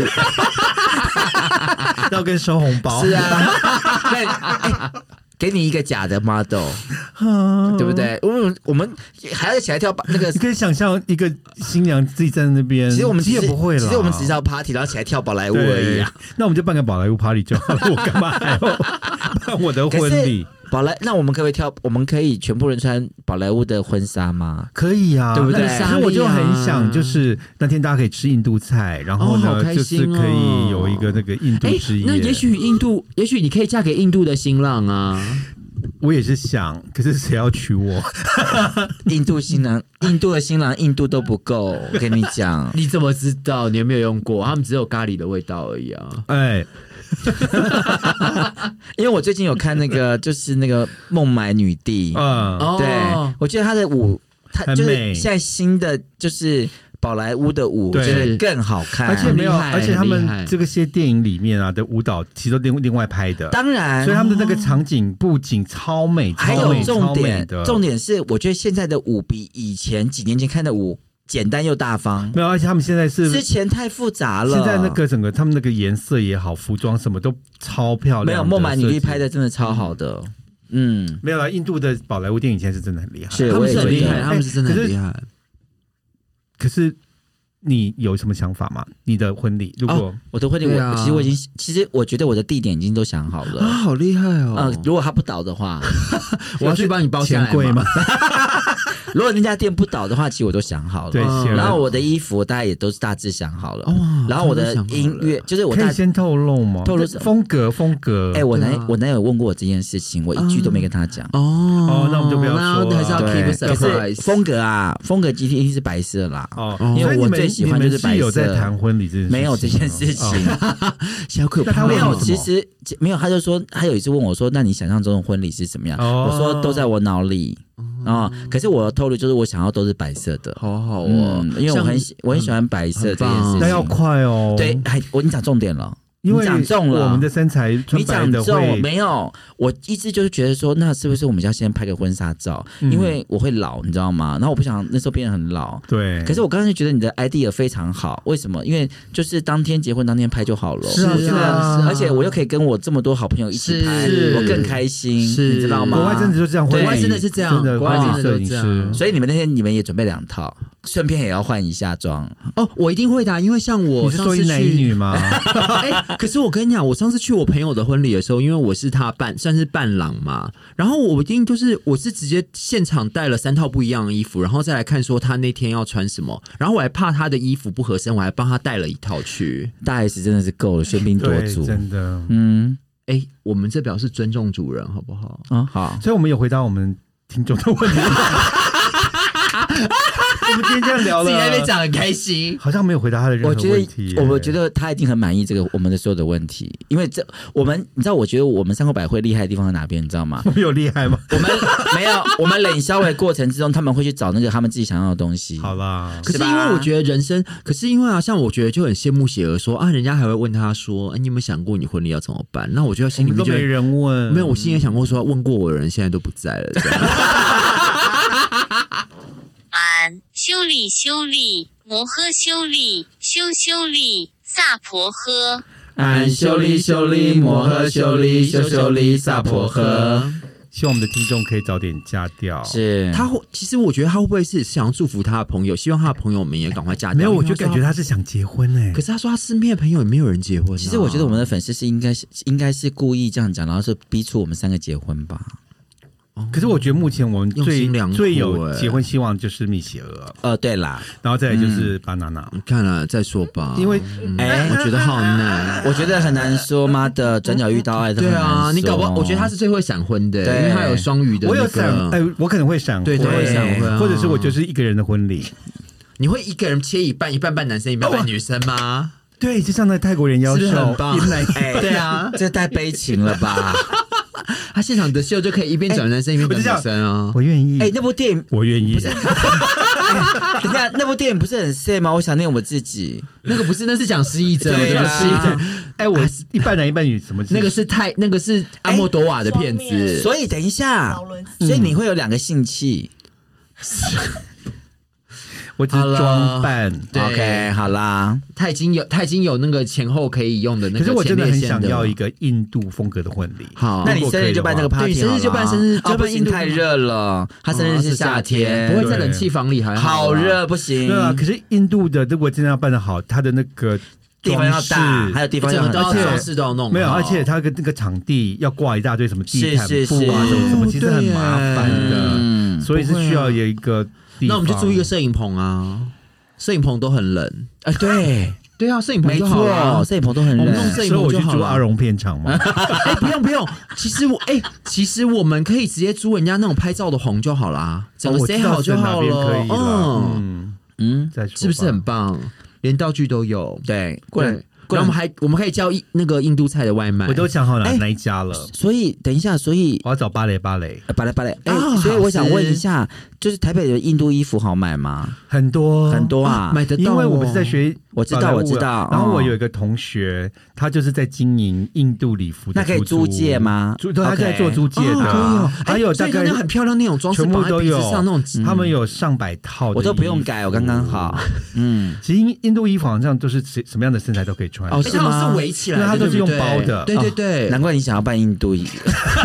Speaker 1: 要跟收红包，
Speaker 3: 是，啊，那、哎给你一个假的 model，对不
Speaker 1: 啊
Speaker 3: 对？我们我们还要起来跳吧 那个
Speaker 1: 你。可以想象一个新娘自己站在那边，
Speaker 3: 其实我们
Speaker 1: 其
Speaker 3: 只
Speaker 1: 实
Speaker 3: 是
Speaker 1: 也不会了，
Speaker 3: 其实我们只是要 party，然后起来跳宝莱坞
Speaker 1: 对
Speaker 3: 而已啊。。
Speaker 1: 那我们就办个宝莱坞 party 就好了，我干嘛还要办我的婚礼？
Speaker 3: 宝莱，那我们可不可以跳？我们可以全部人穿宝莱坞的婚纱吗？
Speaker 1: 可以啊，
Speaker 3: 对不对
Speaker 1: 那可是我就很想，就是那天大家可以吃印度菜，然后
Speaker 2: 哦
Speaker 1: 呢，
Speaker 2: 好开
Speaker 1: 就是
Speaker 2: 心哦
Speaker 1: 可以有一个那个印度
Speaker 2: 哎、
Speaker 1: 之夜。
Speaker 2: 那也许印度，也许你可以嫁给印度的新郎啊。，
Speaker 1: 我也是想，可是谁要娶我？
Speaker 3: 印度新 郎，印度的新郎，印度都不够。我跟你讲
Speaker 2: 你怎么知道？你有没有用过？他们只有咖喱的味道而已啊。
Speaker 1: 哎，
Speaker 3: 因为我最近有看那个，就是那个《孟买女帝》
Speaker 1: 嗯，
Speaker 2: 哦，
Speaker 3: 对，我觉得她的舞，她
Speaker 1: 很
Speaker 3: 就
Speaker 1: 美
Speaker 3: 是现在新的就是宝莱坞的舞，
Speaker 1: 对
Speaker 3: 就是更好看。
Speaker 1: 而且没有，
Speaker 2: 很厉害
Speaker 1: 而且他
Speaker 2: 很厉害
Speaker 1: 们这个些电影里面啊的舞蹈，其实都另另外拍的，
Speaker 3: 当然
Speaker 1: 所以，他们的那个场景布景超美，
Speaker 3: 还
Speaker 1: 超
Speaker 3: 有
Speaker 1: 美
Speaker 3: 重
Speaker 1: 超美
Speaker 3: 点
Speaker 1: 的，
Speaker 3: 重点是我觉得现在的舞比以前几年前看的舞简单又大方，
Speaker 1: 没有，而且他们现在是
Speaker 3: 之前太复杂了。
Speaker 1: 现在那个整个他们那个颜色也好，服装什么都超漂亮的。
Speaker 3: 没有孟买女
Speaker 1: 设
Speaker 3: 帝
Speaker 1: 计
Speaker 3: 拍的真的超好的，嗯，
Speaker 1: 没有啦，印度的宝莱坞哎电影现在是真的很厉害。
Speaker 3: 是
Speaker 2: 他
Speaker 3: 我
Speaker 2: 们
Speaker 3: 也哎
Speaker 2: 是很
Speaker 3: 觉
Speaker 2: 厉
Speaker 3: 得
Speaker 2: 害，他们是真的
Speaker 1: 哎可
Speaker 2: 很
Speaker 1: 是
Speaker 2: 厉害。
Speaker 1: 可是你有什么想法吗？你的婚礼如果、
Speaker 3: 我的婚礼，
Speaker 2: 对
Speaker 3: 我、
Speaker 2: 啊
Speaker 3: 其实我已经，其实我觉得我的地点已经都想好
Speaker 2: 啊，
Speaker 3: 了。
Speaker 2: 好厉害哦！
Speaker 3: 呃，如果他不倒的话，
Speaker 2: 我要去帮你包下
Speaker 1: 钱
Speaker 2: 来
Speaker 1: 贵吗？？
Speaker 3: 嗯如果那家店不倒的话，其实我都想好了。
Speaker 1: 对，
Speaker 2: 嗯
Speaker 1: 显
Speaker 3: 然
Speaker 1: 然
Speaker 3: 后我的衣服大家也都是大致想好了。
Speaker 2: 哇
Speaker 3: 然后我的音乐，就是我
Speaker 1: 可
Speaker 3: 大
Speaker 1: 以先透露吗？
Speaker 3: 透露什么
Speaker 1: 风格，风格。
Speaker 3: 哎、我男、
Speaker 2: 对啊
Speaker 3: 我男友问过我这件事情，我一句都没跟他讲。
Speaker 2: 哦
Speaker 1: 哦那我们就不要说了
Speaker 2: 那还是要 keep
Speaker 3: 对，
Speaker 2: a
Speaker 3: 可是
Speaker 2: surprise。
Speaker 3: 风格啊，风格今天是白色啦，
Speaker 1: 哦
Speaker 2: 因
Speaker 1: 所
Speaker 2: 为
Speaker 1: 以你
Speaker 3: 我
Speaker 1: 们
Speaker 3: 最喜欢
Speaker 1: 你们
Speaker 3: 就是白色
Speaker 1: 有在谈婚礼这件事情吗
Speaker 3: 没有这件事情。
Speaker 1: 哦
Speaker 2: 小可
Speaker 1: 那他
Speaker 2: 怕哦
Speaker 3: 没
Speaker 1: 为什
Speaker 3: 有，
Speaker 1: 么
Speaker 3: 其实没有。他就说，他有一次问我说：“那你想象中的婚礼是什么样？”
Speaker 1: 哦
Speaker 3: 我说：“都在我脑里。”啊、可是我的透露就是我想要都是白色的。
Speaker 2: 好好哦
Speaker 3: 嗯，，因为我
Speaker 2: 像
Speaker 3: 很喜我很喜欢白色这件事
Speaker 2: 很棒
Speaker 3: 情。
Speaker 1: 那要快哦。
Speaker 3: 嗯对，，还我你讲重点了，
Speaker 1: 因为
Speaker 3: 你讲中了
Speaker 1: 我们的身材穿
Speaker 3: 你
Speaker 1: 白
Speaker 3: 讲
Speaker 1: 的
Speaker 3: 中
Speaker 1: 会
Speaker 3: 没有？我一直就是觉得说，那是不是我们要先拍个婚纱照？
Speaker 1: 嗯
Speaker 3: 因为我会老，你知道吗？然后我不想那时候变得很老。
Speaker 1: 对。
Speaker 3: 可是我刚才觉得你的 idea 非常好，为什么？因为就是当天结婚当天拍就好了。
Speaker 1: 是啊
Speaker 2: 是
Speaker 1: 是啊
Speaker 2: 啊
Speaker 3: 而且我又可以跟我这么多好朋友一起拍，
Speaker 2: 是
Speaker 3: 我更开心，
Speaker 2: 是
Speaker 3: 你知道吗？
Speaker 1: 国外真的就这样，婚
Speaker 2: 对
Speaker 1: 礼
Speaker 2: 国外真的是这样
Speaker 1: 真的
Speaker 2: 国外
Speaker 1: 婚礼
Speaker 2: 真的
Speaker 1: 摄
Speaker 2: 都
Speaker 1: 影
Speaker 2: 这样
Speaker 1: 师。
Speaker 3: 所以你们那天你们也准备两套，顺便也要换一下装。
Speaker 2: 哦，我一定会的啊，因为像我
Speaker 1: 你是
Speaker 2: 上
Speaker 1: 说
Speaker 2: 次
Speaker 1: 一男一
Speaker 2: 去，
Speaker 1: 女 吗？
Speaker 2: 哎，可是我跟你讲，我上次去我朋友的婚礼的时候，因为我是他伴，算是伴郎嘛，然后我一定就是我是直接现场带了三套不一样的衣服，然后再来看说他那天要穿什么，然后我还怕他的衣服不合身，我还帮他带了一套去。
Speaker 3: 大 S 真的是够了，喧宾夺
Speaker 1: 对，
Speaker 3: 主。
Speaker 1: 真的。
Speaker 3: 嗯，
Speaker 2: 哎，我们这表示尊重主人，好不好？
Speaker 3: 哦，好，
Speaker 1: 所以我们有回答我们听众的 问题。我们今天这样聊
Speaker 2: 自己在那边
Speaker 1: 了，
Speaker 2: 讲得很开心。
Speaker 1: 好像没有回答他的任
Speaker 3: 我
Speaker 1: 何
Speaker 3: 觉
Speaker 1: 问题耶。哎？
Speaker 3: 得，我觉得他一定很满意这个我们的所有的问题，因为这我们，你知道，我觉得我们三口百惠厉害的地方在哪边，你知道吗
Speaker 1: 我们有厉害吗？
Speaker 3: 我们没有，我们冷消费过程之中，他们会去找那个他们自己想要的东西。
Speaker 1: 好啦，
Speaker 2: 可是
Speaker 3: 是吧
Speaker 2: 因为我觉得人生，可是因为啊，像我觉得就很羡慕喜儿说啊，人家还会问他说，哎，你有没有想过你婚礼要怎么办？那我就
Speaker 1: 我
Speaker 2: 心里
Speaker 1: 们都
Speaker 2: 面就
Speaker 1: 没
Speaker 2: 会
Speaker 1: 人问，
Speaker 2: 没有，我心里也想过说，问过我的人现在都不在 了。这样
Speaker 4: 俺修理修理摩诃修理修修理萨婆诃。
Speaker 3: 俺修利修利摩诃修利修修利萨婆诃。
Speaker 1: 希望我们的听众可以早点嫁掉。
Speaker 3: 是
Speaker 2: 他会，其实我觉得他会不会是想要祝福他的朋友，希望他的朋友们也赶快嫁掉？
Speaker 1: 没有，我
Speaker 2: 啊因
Speaker 1: 就
Speaker 2: 为他说
Speaker 1: 感觉他是想结婚哎
Speaker 2: 他，可。是他说他身边的朋友也没有人结婚啊、
Speaker 3: 其实我觉得我们的粉丝是应该是应该是故意这样讲，然后是逼促我们三个结婚吧。
Speaker 1: 可是我觉得目前我们
Speaker 2: 用
Speaker 1: 最
Speaker 2: 心良苦
Speaker 1: 最
Speaker 2: 哎嗯
Speaker 1: 有结婚希望就是蜜雪儿，
Speaker 3: 呃，对啦，
Speaker 1: 然后再来就是 banana，
Speaker 2: 看了、再说吧，
Speaker 1: 因为
Speaker 2: 嗯
Speaker 3: 哎、
Speaker 2: 我觉得好难。
Speaker 3: 我觉得很难说，妈的，转角遇到爱，
Speaker 2: 哎对啊，你搞不好，我觉得他
Speaker 3: 是
Speaker 2: 是最会闪婚的，
Speaker 3: 对
Speaker 2: 因为他有双语的、那
Speaker 1: 我
Speaker 2: 个。
Speaker 1: 有闪，哎，我可能会闪
Speaker 2: 对嗯
Speaker 1: 婚，
Speaker 2: 都会闪婚啊
Speaker 1: 或者是我就是一个人的婚礼，
Speaker 2: 你会一个人切一半，一半半男生，一半半女生吗？
Speaker 1: 对，就像那泰国人妖
Speaker 2: 是不
Speaker 1: 秀，
Speaker 2: 是很棒
Speaker 1: 一男一女
Speaker 2: 对啊，
Speaker 3: 这太悲情了吧？
Speaker 2: 他现场的秀就可以一边转男生一边
Speaker 1: 我就
Speaker 2: 转
Speaker 1: 这样
Speaker 2: 女生啊。
Speaker 1: 我愿意，
Speaker 3: 哎、那部电影，哎
Speaker 1: 我愿意。
Speaker 3: 等一下，那部电影不是很 sad 吗？我想念我自己。
Speaker 2: 那个不是，那是讲失忆症，
Speaker 3: 对
Speaker 2: 那个
Speaker 3: 啊
Speaker 2: 失忆症，
Speaker 1: 哎，我一半男一半女，什么
Speaker 2: 啊那个是泰，那个是阿莫多瓦的片
Speaker 5: 哎双面
Speaker 2: 子。
Speaker 3: 所以等一下
Speaker 5: 劳伦，斯
Speaker 3: 所以你会有两个性器。
Speaker 1: 我只是装扮。啊
Speaker 2: 对
Speaker 3: OK，好啦，
Speaker 2: 他已经有，他已经有那个前后可以用的那
Speaker 1: 可
Speaker 2: 个。
Speaker 1: 是我真的很想要一。个印度风格的婚礼。
Speaker 2: 好，
Speaker 3: 那
Speaker 1: 如
Speaker 3: 你
Speaker 1: 果
Speaker 3: 生
Speaker 1: 可以
Speaker 3: 日
Speaker 1: 的
Speaker 3: 就办这个
Speaker 1: 话
Speaker 3: party，
Speaker 2: 对生日就办
Speaker 3: 好啦
Speaker 2: 生日
Speaker 3: 啊
Speaker 2: 就
Speaker 3: 不
Speaker 2: 办
Speaker 3: 行，
Speaker 2: 印度
Speaker 3: 太热了。他生日
Speaker 2: 哦
Speaker 3: 是夏天，
Speaker 2: 不会
Speaker 1: 对
Speaker 2: 在冷气房里还
Speaker 3: 好
Speaker 2: 啦。
Speaker 3: 热，不行。
Speaker 1: 对啊，可是印度的如果真的要办得好，它的那个
Speaker 3: 地方要大
Speaker 1: 装，饰
Speaker 3: 还有地方
Speaker 2: 整
Speaker 3: 要
Speaker 2: 个都要
Speaker 1: 而且
Speaker 2: 装饰都要弄好，
Speaker 1: 没有，而且它的那个场地要挂一大堆什么地毯
Speaker 3: 是是
Speaker 1: 布啊，
Speaker 3: 是
Speaker 1: 什么什么，其实很麻烦的，
Speaker 3: 嗯，
Speaker 1: 所以是需要有一个地方。
Speaker 2: 那我们就租一个摄影棚啊，摄影棚都很冷。
Speaker 3: 啊，对，
Speaker 2: 对啊，摄影棚
Speaker 3: 没
Speaker 2: 就好了
Speaker 3: 错，。摄影棚都很
Speaker 2: 我们
Speaker 3: 冷。
Speaker 2: 弄摄
Speaker 1: 所
Speaker 2: 影
Speaker 1: 以
Speaker 2: 棚
Speaker 1: 我去
Speaker 2: 就好
Speaker 1: 租
Speaker 2: 了
Speaker 1: 阿。荣片场嘛，
Speaker 2: 哎、不用不用，其实我哎、其实我们可以直接租人家那种拍照的棚就好啦，整个
Speaker 1: 哦我
Speaker 2: set
Speaker 1: 知道
Speaker 2: 好就
Speaker 1: 在哪
Speaker 2: 好
Speaker 1: 边可
Speaker 2: 了
Speaker 1: 以。啦
Speaker 2: 嗯，
Speaker 1: 嗯，
Speaker 3: 嗯，
Speaker 1: 再说
Speaker 2: 是不是
Speaker 1: 吧
Speaker 2: 很棒？连道具都有。
Speaker 3: 对，
Speaker 2: 对，
Speaker 3: 过来。
Speaker 2: 然后我们还我们可以叫印那个印度菜的外卖。
Speaker 1: 我都想好哪
Speaker 3: 哎
Speaker 1: 哪一家了，
Speaker 3: 所以等一下，所以
Speaker 1: 我要找芭蕾芭蕾，
Speaker 3: 呃巴拉巴拉，哎、
Speaker 2: 啊
Speaker 3: 所以我想问
Speaker 2: 好
Speaker 3: 一
Speaker 2: 吃
Speaker 3: 下，就是台北的印度衣服好买吗？
Speaker 1: 很多
Speaker 3: 很多啊，
Speaker 2: 买得到、
Speaker 1: 因为我们是在。学
Speaker 3: 我知道
Speaker 1: 宝莱坞的
Speaker 3: 我知道
Speaker 1: 啊然后我
Speaker 3: 哦
Speaker 1: 有一个同学，他就是在经营印度礼服的
Speaker 3: 那可以租借吗
Speaker 1: 租，对他
Speaker 3: OK
Speaker 1: 在做租借
Speaker 2: 哦，可以
Speaker 1: 的
Speaker 2: 哦，，
Speaker 1: 还有大
Speaker 2: 所以
Speaker 1: 概
Speaker 2: 那很漂亮那种装饰，
Speaker 1: 全部
Speaker 2: 绑在
Speaker 1: 都
Speaker 2: 鼻子
Speaker 1: 有啊
Speaker 2: 上那种，嗯
Speaker 1: 他们有上百套的
Speaker 3: 我都不用
Speaker 1: 衣服
Speaker 3: 改，我刚刚好。。嗯，
Speaker 1: 其实印印度衣服好像都是什什么样的身材都可以穿
Speaker 3: 哦
Speaker 1: 的，
Speaker 2: 而
Speaker 3: 是
Speaker 2: 且好像
Speaker 3: 吗
Speaker 2: 是围起
Speaker 1: 因为
Speaker 2: 来的，
Speaker 1: 它都是
Speaker 2: 对
Speaker 1: 用
Speaker 2: 不对
Speaker 1: 包的。啊
Speaker 2: 对对对，
Speaker 3: 难怪你想要办印度裔，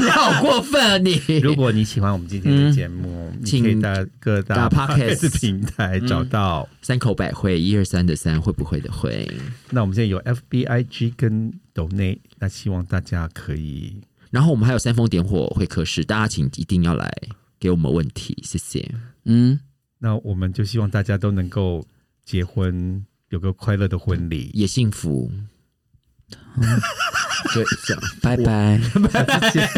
Speaker 2: 你 好过分啊你！
Speaker 1: 如果你喜欢我们今天的节目，你可以
Speaker 2: 嗯请
Speaker 1: 在各 大
Speaker 2: 打 podcast 嗯
Speaker 1: 平台找到。
Speaker 2: 三口百会，一二三的三会不会的会，
Speaker 1: 那我们现在有 FBIG 跟抖内，那希望大家可以
Speaker 2: 然后我们还有煽风点火会客室，大家请一定要来给我们问题，谢谢。
Speaker 3: 嗯，
Speaker 1: 那我们就希望大家都能够结婚，有个快乐的婚礼。
Speaker 2: 也幸福。对，这样
Speaker 3: 拜拜。
Speaker 1: 下次见